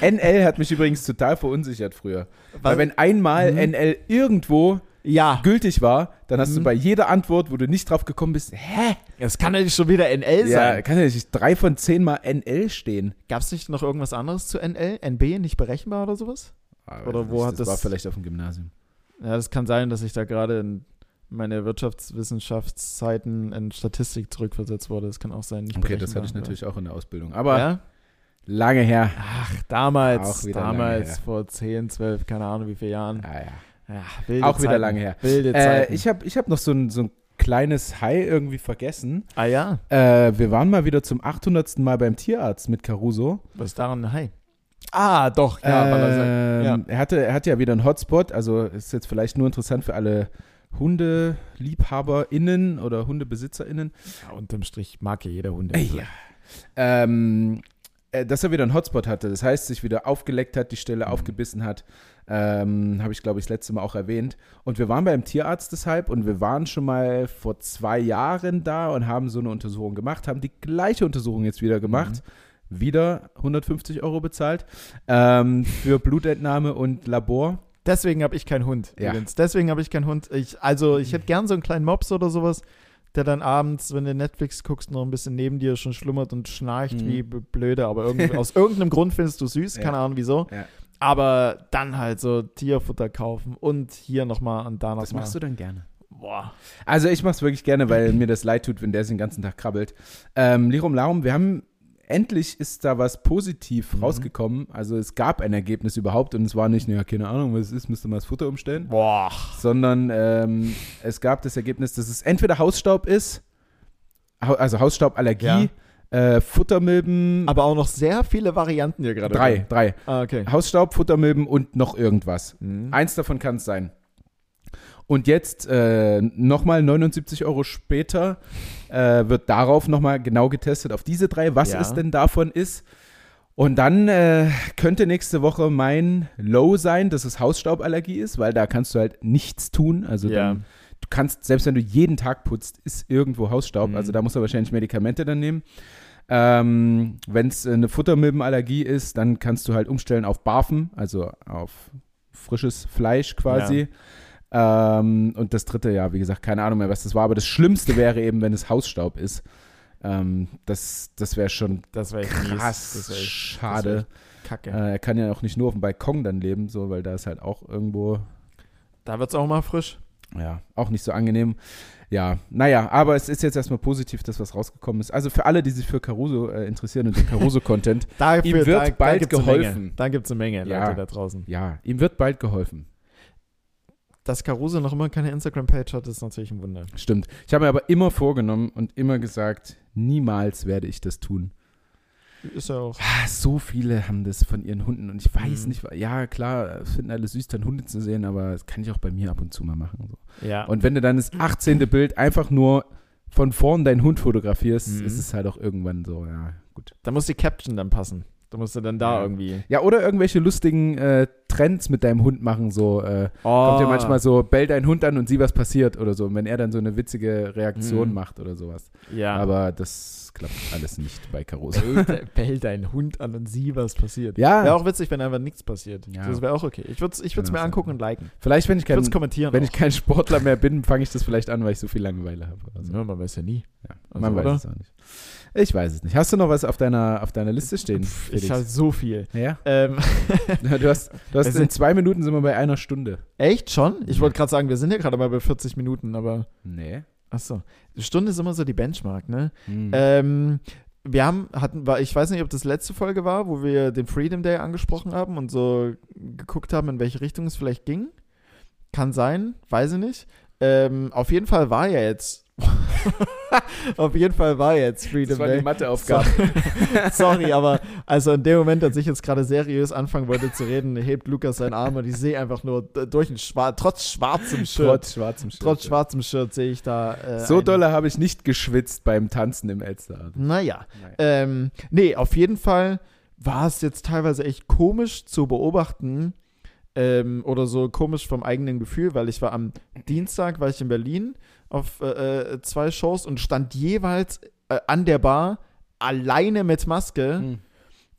B: NL hat mich übrigens total verunsichert früher. Weil wenn einmal
A: Mhm.
B: NL irgendwo
A: ja,
B: gültig war, dann hast du
A: Mhm.
B: bei jeder Antwort, wo du nicht drauf gekommen bist, hä?
A: es kann ja nicht schon wieder NL
B: Ja,
A: sein.
B: kann ja nicht drei von zehn mal NL stehen.
A: Gab es nicht noch irgendwas anderes zu NL? NB, nicht berechenbar oder sowas? Oder wo
B: das,
A: hat das-
B: war vielleicht auf dem Gymnasium.
A: Ja, das kann sein, dass ich da gerade in meine Wirtschaftswissenschaftszeiten in Statistik zurückversetzt wurde. Das kann auch sein. nicht
B: Okay, das hatte ich
A: berechenbar,
B: natürlich auch in der Ausbildung.
A: aber-
B: Aber
A: ne? Ja?
B: lange her.
A: Ach, damals,
B: Auch wieder lange
A: damals,
B: her.
A: vor 10, 12, keine Ahnung wie viele Jahren.
B: Ah, ja.
A: Ja, wilde
B: Auch wieder
A: Zeiten.
B: lange her.
A: Wilde
B: Äh,
A: Zeiten.
B: ich habe ich hab noch so ein, so ein kleines High irgendwie vergessen.
A: ah ja,
B: Äh, wir waren mal wieder zum 800. Mal beim Tierarzt mit Caruso.
A: was ist daran? Hi. Ah, doch, ja. weil er sagt-
B: Ähm, er, hatte, er hatte ja wieder einen Hotspot, also ist jetzt vielleicht nur interessant für alle HundeliebhaberInnen oder HundebesitzerInnen.
A: ja unterm Strich mag ja jeder Hunde.
B: Äh, ja. Ähm, äh, dass er wieder einen Hotspot hatte, das heißt, sich wieder aufgeleckt hat, die Stelle
A: Mhm.
B: aufgebissen hat, ähm, habe ich, glaube ich, das letzte Mal auch erwähnt. Und wir waren beim Tierarzt deshalb und wir waren schon mal vor zwei Jahren da und haben so eine Untersuchung gemacht, haben die gleiche Untersuchung jetzt wieder gemacht.
A: Mhm.
B: Wieder 150 Euro bezahlt ähm, für Blutentnahme und Labor.
A: Deswegen habe ich keinen Hund.
B: Ja.
A: Übrigens. Deswegen habe ich keinen Hund. Ich, also, ich hätte gern so einen kleinen Mops oder sowas. der dann abends, wenn du Netflix guckst, noch ein bisschen neben dir schon schlummert und schnarcht
B: Mhm.
A: wie b- blöde, aber irgendwie, aus irgendeinem Grund findest du süß,
B: Ja.
A: keine Ahnung wieso.
B: Ja.
A: Aber dann halt so Tierfutter kaufen und hier nochmal und da nochmal.
B: Das machst du dann gerne.
A: Boah.
B: Also ich mach's wirklich gerne, weil mir das leid tut, wenn der es den ganzen Tag krabbelt. Ähm, Lirum Larum, wir haben endlich ist da was positiv rausgekommen. Also es gab ein Ergebnis überhaupt und es war nicht, naja, keine Ahnung, was es ist, müsste man das Futter umstellen.
A: Boah.
B: Sondern ähm, es gab das Ergebnis, dass es entweder Hausstaub ist, hau- also Hausstauballergie, äh, Futtermilben,
A: Aber auch noch sehr viele Varianten hier gerade.
B: drei, drei.
A: Ah, okay.
B: Hausstaub, Futtermilben und noch irgendwas.
A: Mhm.
B: Eins davon kann es sein. Und jetzt äh, nochmal 79 Euro später äh, wird darauf nochmal genau getestet, auf diese drei, was
A: Ja.
B: es denn davon ist. Und dann äh, könnte nächste Woche mein Low sein, dass es Hausstauballergie ist, weil da kannst du halt nichts tun. Also
A: Ja.
B: dann, du kannst, selbst wenn du jeden Tag putzt, ist irgendwo Hausstaub.
A: Mhm.
B: Also da musst du wahrscheinlich Medikamente dann nehmen. Ähm, wenn es eine Futtermilbenallergie ist, dann kannst du halt umstellen auf Barfen, also auf frisches Fleisch quasi. Ähm, und das dritte, ja, wie gesagt, keine Ahnung mehr, was das war, aber das Schlimmste wäre eben, wenn es Hausstaub ist. Ähm, das das wäre schon
A: Das wäre echt mies.
B: krass
A: Das wäre echt
B: schade.
A: kacke.
B: Äh, er kann ja auch nicht nur auf dem Balkon dann leben, so, weil da ist halt auch irgendwo,
A: Da wird es auch mal frisch.
B: ja, auch nicht so angenehm. Ja, naja, aber es ist jetzt erstmal positiv, dass was rausgekommen ist. Also für alle, die sich für Caruso äh, interessieren und den Caruso-Content,
A: Dafür,
B: Ihm wird
A: da,
B: bald
A: da gibt's Eine Menge.
B: geholfen.
A: Da gibt es eine Menge
B: Ja.
A: Leute da draußen.
B: ja, ihm wird bald geholfen.
A: Dass Caruso noch immer keine Instagram-Page hat, ist natürlich ein Wunder.
B: Stimmt. Ich habe mir aber immer vorgenommen und immer gesagt, niemals werde ich das tun.
A: Ist ja auch.
B: Ah, So viele haben das von ihren Hunden und ich weiß
A: Mhm.
B: nicht, wa- ja klar, es finden alle süß, dann Hunde zu sehen, aber das kann ich auch bei mir ab und zu mal machen. So.
A: Ja.
B: Und wenn du dann das 18. Bild einfach nur von vorn deinen Hund fotografierst,
A: Mhm.
B: ist es halt auch irgendwann so, ja, gut.
A: da muss die Caption dann passen. Da musst du dann da
B: Ja.
A: irgendwie.
B: Ja, oder irgendwelche lustigen äh, Trends mit deinem Hund machen, so äh,
A: Oh,
B: kommt ja manchmal so, bell deinen Hund an und sieh, was passiert oder so. Und wenn er dann so eine witzige Reaktion
A: Mhm.
B: macht oder sowas.
A: Ja.
B: Aber das klappt alles nicht bei Caruso.
A: Bell, de- bell deinen Hund an und sieh, was passiert.
B: Ja.
A: Wäre auch witzig, wenn einfach nichts passiert.
B: Ja.
A: Das wäre auch okay. Ich würde es ich würd's
B: Genau,
A: mir
B: so.
A: angucken und liken.
B: Vielleicht, wenn ich
A: Ich würde
B: kein,
A: es kommentieren.
B: wenn
A: auch.
B: ich kein Sportler mehr bin, fange ich das vielleicht an, weil ich so viel Langeweile habe. Also,
A: ja, man weiß ja nie.
B: ja.
A: Also,
B: Man weiß
A: oder?
B: es auch nicht. Ich weiß es nicht. Hast du noch was auf deiner, auf deiner Liste stehen,
A: Pff,
B: Felix?
A: ich habe so viel.
B: ja.
A: Ähm,
B: Du hast, du hast
A: Es
B: in
A: ist-
B: zwei Minuten sind wir bei einer Stunde.
A: echt schon? Ich wollte gerade sagen, wir sind ja gerade mal bei 40 Minuten, aber.
B: Nee.
A: Achso. Eine Stunde ist immer so die Benchmark, ne?
B: Hm.
A: Ähm, wir haben, hatten, war, ich weiß nicht, ob das letzte Folge war, wo wir den Freedom Day angesprochen haben und so geguckt haben, in welche Richtung es vielleicht ging. Kann sein, weiß ich nicht. Ähm, auf jeden Fall war ja jetzt. auf jeden Fall war jetzt Freedom
B: das war
A: Day.
B: die Matheaufgabe.
A: Sorry, aber also in dem Moment, als ich jetzt gerade seriös anfangen wollte zu reden, hebt Lukas seinen Arm und ich sehe einfach nur d- durch ein Schwa trotz schwarzem Shirt, trotz,
B: Trotz schwarzem Schild.
A: schwarzem Shirt sehe ich da. Äh,
B: So
A: einen-
B: dolle habe ich nicht geschwitzt beim Tanzen im Elsterabend.
A: Naja. Ähm, nee, auf jeden Fall war es jetzt teilweise echt komisch zu beobachten ähm, oder so komisch vom eigenen Gefühl, weil ich war am Dienstag, war ich in Berlin auf äh, äh, zwei Shows und stand jeweils äh, an der Bar alleine mit Maske.
B: Hm.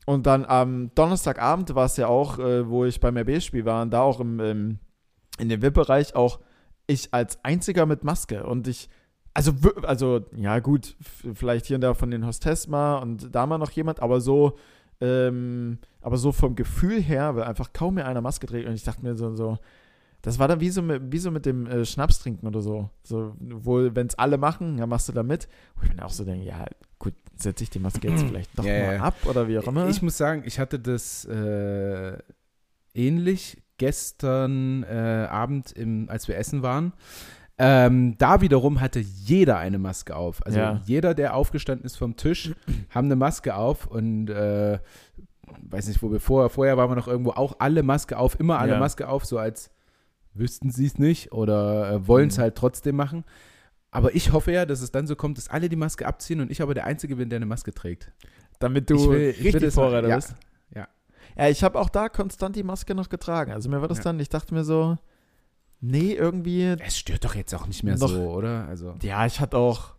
A: Und dann am Donnerstagabend war es ja auch, äh, wo ich beim RB-Spiel war und da auch im, ähm, in dem VIP-Bereich auch ich als einziger mit Maske und ich also, wir- also ja gut, f- vielleicht hier und da von den Hostess mal und da mal noch jemand, aber so, ähm, aber so vom Gefühl her, weil einfach kaum mehr einer Maske trägt und ich dachte mir so, so das war dann wie so mit, wie so mit dem äh, Schnaps trinken oder so. So, wohl, wenn es alle machen, ja, machst du da mit. Und ich bin auch so denken, ja, gut, setze ich die Maske jetzt vielleicht doch
B: Ja,
A: mal
B: ja. Äh,
A: ab oder wie auch immer.
B: Ich muss sagen, ich hatte das äh, ähnlich gestern äh, Abend, im, als wir essen waren. Ähm, da wiederum hatte jeder eine Maske auf. Also
A: Ja.
B: jeder, der aufgestanden ist vom Tisch, haben eine Maske auf und äh, weiß nicht, wo wir vorher, vorher waren wir noch irgendwo auch alle Maske auf, immer alle
A: Ja.
B: Maske auf, so als wüssten sie es nicht oder äh, wollen es
A: Mhm.
B: halt trotzdem machen. Aber ich hoffe ja, dass es dann so kommt, dass alle die Maske abziehen und ich aber der Einzige bin, der eine Maske trägt.
A: Damit du
B: Ich will- ich will
A: richtig
B: das mal-
A: Vorreiter
B: ja.
A: bist.
B: Ja.
A: Ja, ich habe auch da konstant die Maske noch getragen. Also mir war das
B: Ja.
A: dann, ich dachte mir so, nee, irgendwie.
B: Es stört doch jetzt auch nicht mehr
A: Noch-
B: so, oder? Also,
A: Ja, ich hatte auch.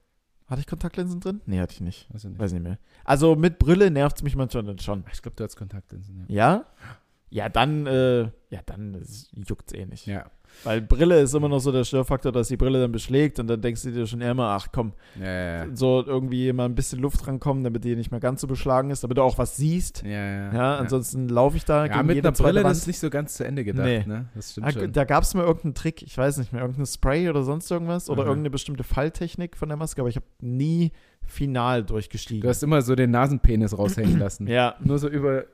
A: Hatte ich Kontaktlinsen drin? Nee, hatte ich nicht.
B: weiß ich nicht.
A: Weiß nicht mehr. Also mit Brille nervt es mich manchmal dann schon.
B: Ich glaube, du hast Kontaktlinsen. Ja.
A: Ja? Ja, dann, äh, ja, dann juckt es eh nicht.
B: Ja.
A: Weil Brille ist immer noch so der Störfaktor, dass die Brille dann beschlägt und dann denkst du dir schon immer, ach komm,
B: Ja, ja, ja.
A: so irgendwie mal ein bisschen Luft rankommen, damit die nicht mehr ganz so beschlagen ist, damit du auch was siehst.
B: ja, ja,
A: Ja, ansonsten laufe ich da
B: Ja,
A: gegen
B: mit
A: jede
B: einer Brille
A: zweite Wand.
B: das ist nicht so ganz zu Ende gedacht,
A: Nee.
B: ne? Das stimmt
A: Ah,
B: schon.
A: da gab es mal irgendeinen Trick, ich weiß nicht mehr, irgendein Spray oder sonst irgendwas oder
B: Aha.
A: irgendeine bestimmte Falltechnik von der Maske, aber ich habe nie final
B: Du
A: durchgestiegen.
B: hast immer so den Nasenpenis raushängen lassen.
A: ja,
B: Nur so über,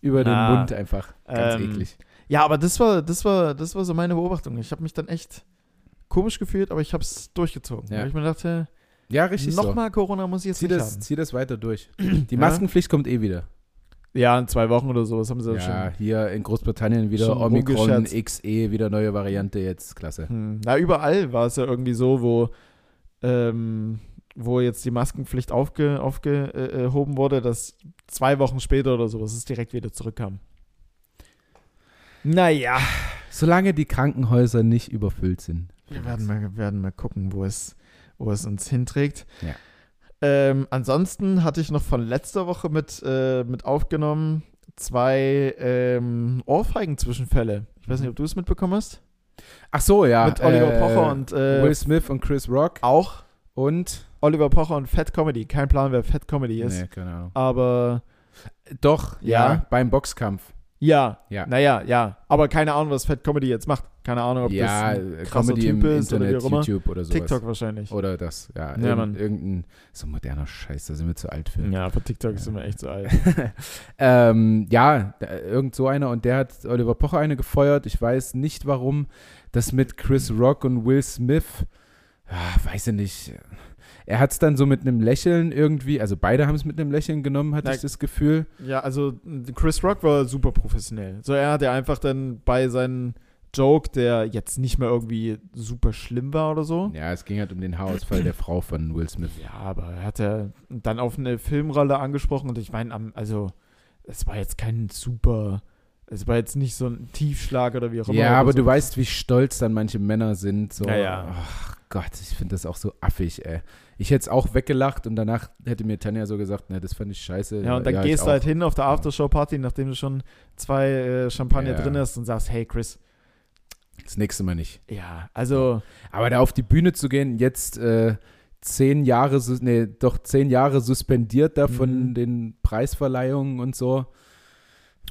B: über
A: Na,
B: den Mund einfach. Ganz
A: ähm,
B: eklig.
A: ja, aber das war, das war, das war so meine Beobachtung. Ich habe mich dann echt komisch gefühlt, aber ich habe es durchgezogen.
B: Ja.
A: Weil ich mir dachte,
B: Ja, richtig so.
A: nochmal Corona muss ich jetzt
B: Zieh
A: nicht
B: das,
A: haben.
B: zieh das weiter durch. Die
A: Ja.
B: Maskenpflicht kommt eh wieder.
A: Ja, in zwei Wochen oder sowas haben sie
B: Ja,
A: ja
B: hier in Großbritannien wieder
A: schon
B: Omikron
A: rumgescherzt.
B: XE, wieder neue Variante jetzt. Klasse.
A: schon. Hm. Na, überall war es ja irgendwie so, wo, ähm, wo jetzt die Maskenpflicht aufge, aufgehoben wurde, dass zwei Wochen später oder sowas es direkt wieder zurückkam. Naja,
B: Solange die Krankenhäuser nicht überfüllt sind.
A: wir werden mal, wir werden mal gucken, wo es, wo es uns hinträgt.
B: Ja.
A: Ähm, ansonsten hatte ich noch von letzter Woche mit, äh, mit aufgenommen zwei ähm, Ohrfeigen-Zwischenfälle. Ich weiß nicht, ob du es mitbekommen hast.
B: Ach so, ja.
A: mit Oliver
B: äh,
A: Pocher und Mhm. äh,
B: Will Smith und Chris Rock
A: auch
B: und.
A: Oliver Pocher und Fat Comedy. Kein Plan, wer Fat Comedy ist.
B: Nee, keine Ahnung.
A: Aber
B: Doch, ja,
A: Ja.
B: beim Boxkampf.
A: ja,
B: Ja.
A: naja, ja. Aber keine Ahnung, was Fat Comedy jetzt macht. Keine Ahnung, ob
B: ja,
A: das ein
B: äh,
A: krasser
B: Comedy
A: Typ
B: im
A: ist oder wie
B: Internet,
A: auch immer.
B: YouTube oder sowas. Oh.
A: TikTok wahrscheinlich.
B: Oder das, ja.
A: Ja,
B: irgend-
A: Mann.
B: irgendein so moderner Scheiß, da sind wir zu alt für.
A: Ja, aber TikTok
B: Ja.
A: ist immer echt so alt.
B: ähm, ja, da- irgend so einer und der hat Oliver Pocher eine gefeuert. Ich weiß nicht warum. Das mit Chris Rock und Will Smith, ah, weiß ich nicht. Er hat es dann so mit einem Lächeln irgendwie, also beide haben es mit einem Lächeln genommen, hatte
A: Na-
B: ich das Gefühl.
A: Ja, also Chris Rock war super professionell. So, er hat ja einfach dann bei seinem Joke, der jetzt nicht mehr irgendwie super schlimm war oder so.
B: Ja, es ging halt um den Haarausfall der Frau von Will Smith.
A: Ja, aber er hat ja dann auf eine Filmrolle angesprochen und ich meine, am- also es war jetzt kein super, es war jetzt nicht so ein Tiefschlag oder wie auch immer.
B: Ja,
A: oder
B: aber
A: so.
B: du weißt, wie stolz dann manche Männer sind. So,
A: Ja, ja.
B: ach Gott, ich finde das auch so affig, ey. Ich hätte es auch weggelacht und danach hätte mir Tanja so gesagt, ne, das fand ich scheiße.
A: Ja, und dann
B: ich
A: gehst du
B: auch.
A: halt hin auf der Aftershow-Party, nachdem du schon zwei äh, Champagner
B: Ja.
A: drin hast und sagst, hey Chris,
B: Das nächste Mal nicht.
A: ja, also
B: Aber da auf die Bühne zu gehen, jetzt äh, zehn Jahre, sus- nee, doch zehn Jahre suspendiert da von
A: Mhm.
B: den Preisverleihungen und so.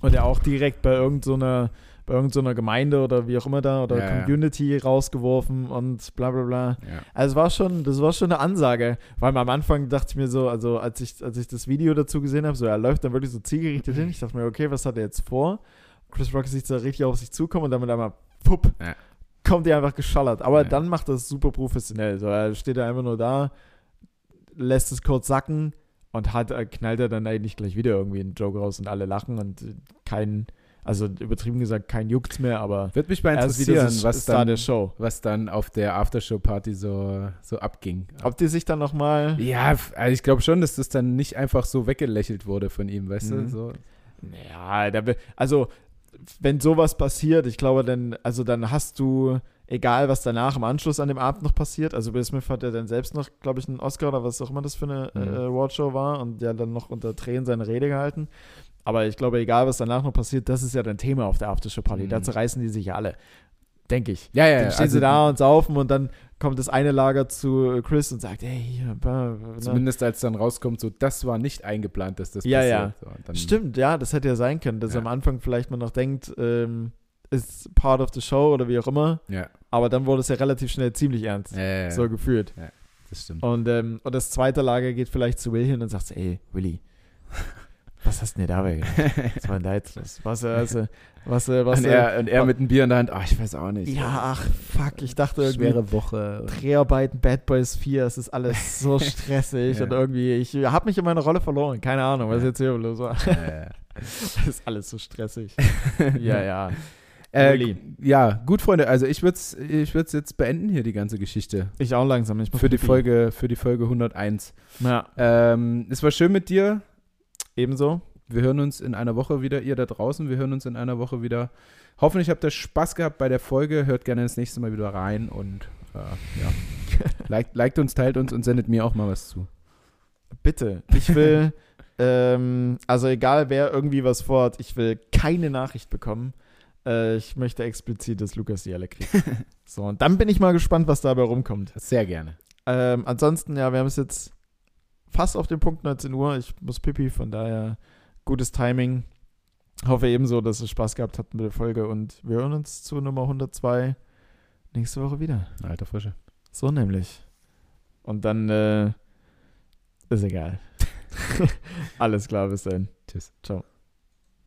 A: und er auch direkt bei irgendeiner bei irgendeiner Gemeinde oder wie auch immer da oder
B: Ja, ja.
A: Community rausgeworfen und bla bla bla.
B: Ja.
A: Also es war schon, das war schon eine Ansage, weil am Anfang dachte ich mir so, also als ich, als ich das Video dazu gesehen habe, so er läuft dann wirklich so zielgerichtet
B: Mhm.
A: hin. Ich dachte mir, okay, was hat er jetzt vor? Chris Rock sieht so richtig auf sich zukommen und dann mit einmal, pupp,
B: Ja.
A: kommt er einfach geschallert. Aber
B: Ja.
A: dann macht er es super professionell. So, er steht da einfach nur da, lässt es kurz sacken und hat, äh, knallt er dann eigentlich gleich wieder irgendwie einen Joke raus und alle lachen und äh, kein, also übertrieben gesagt, kein juckt's mehr, aber
B: Wird mich mal
A: er ist wieder
B: interessieren,
A: so
B: was,
A: Star
B: dann,
A: der Show.
B: was dann auf der Aftershow-Party so, so abging.
A: Ob die sich dann nochmal
B: Ja, f- also ich glaube schon, dass das dann nicht einfach so weggelächelt wurde von ihm, weißt du?
A: Mhm.
B: So.
A: Ja, da, wi- also wenn sowas passiert, ich glaube, dann, also dann hast du, egal was danach im Anschluss an dem Abend noch passiert, also Will Smith hat ja dann selbst noch, glaube ich, einen Oscar oder was auch immer das für eine
B: Mhm.
A: äh, Awardshow war und ja dann noch unter Tränen seine Rede gehalten. Aber ich glaube, egal was danach noch passiert, das ist ja dann Thema auf der Aftershow-Party.
B: Mhm.
A: Dazu reißen die sich ja alle, denke ich.
B: Ja, ja,
A: Dann
B: ja.
A: stehen
B: also
A: sie da und saufen und dann kommt das eine Lager zu Chris und sagt, hey, hier, bla, bla, bla.
B: Zumindest als dann rauskommt, so, das war nicht eingeplant, dass das
A: Ja,
B: passiert.
A: ja.
B: So, und dann,
A: Stimmt, ja, das hätte ja sein können, dass
B: Ja.
A: am Anfang vielleicht man noch denkt, ähm, ist part of the show oder wie auch immer,
B: Ja,
A: aber dann wurde es ja relativ schnell ziemlich ernst,
B: ja, ja, ja
A: so gefühlt.
B: das stimmt.
A: Und, ähm, und das zweite Lager geht vielleicht zu Will hin und sagt, ey, Willy, was hast du denn dir dabei gedacht? Was war denn da jetzt los? Was, äh, was, äh, was, äh, was
B: und,
A: äh,
B: er, und er mit einem Bier in der Hand, ach, ich weiß auch nicht.
A: ja, ach, fuck, ich dachte irgendwie,
B: schwere Woche.
A: Dreharbeiten, Bad Boys 4, es ist alles so stressig
B: Ja.
A: und irgendwie, ich habe mich in meiner Rolle verloren, keine Ahnung, was
B: Ja.
A: jetzt hier los war.
B: äh,
A: Es ist alles so stressig. ja, ja.
B: äh,
A: Uli.
B: ja, gut, Freunde, also ich würde es ich würd's jetzt beenden hier, die ganze Geschichte.
A: Ich auch langsam. Ich muss
B: Für die
A: pipi.
B: Folge, für die Folge 101.
A: Ja,
B: Ähm, es war schön mit dir.
A: ebenso.
B: Wir hören uns in einer Woche wieder, ihr da draußen. Wir hören uns in einer Woche wieder. Hoffentlich habt ihr Spaß gehabt bei der Folge. Hört gerne das nächste Mal wieder rein und äh, ja. liked, liked uns, teilt uns und sendet mir auch mal was zu.
A: Bitte. Ich will äh, ähm, also egal wer irgendwie was vorhat, ich will keine Nachricht bekommen. Äh, ich möchte explizit, dass Lukas die alle kriegt. so, und dann bin ich mal gespannt, was dabei rumkommt.
B: Sehr gerne.
A: Ähm, ansonsten, ja, wir haben es jetzt fast auf den Punkt 19 Uhr. Ich muss pipi, von daher gutes Timing. Hoffe ebenso, dass es Spaß gehabt hat mit der Folge und wir hören uns zu Nummer 102 nächste Woche wieder.
B: Alter Frische.
A: So nämlich. Und dann äh, ist egal. Alles klar, bis dahin.
B: Tschüss.
A: Ciao.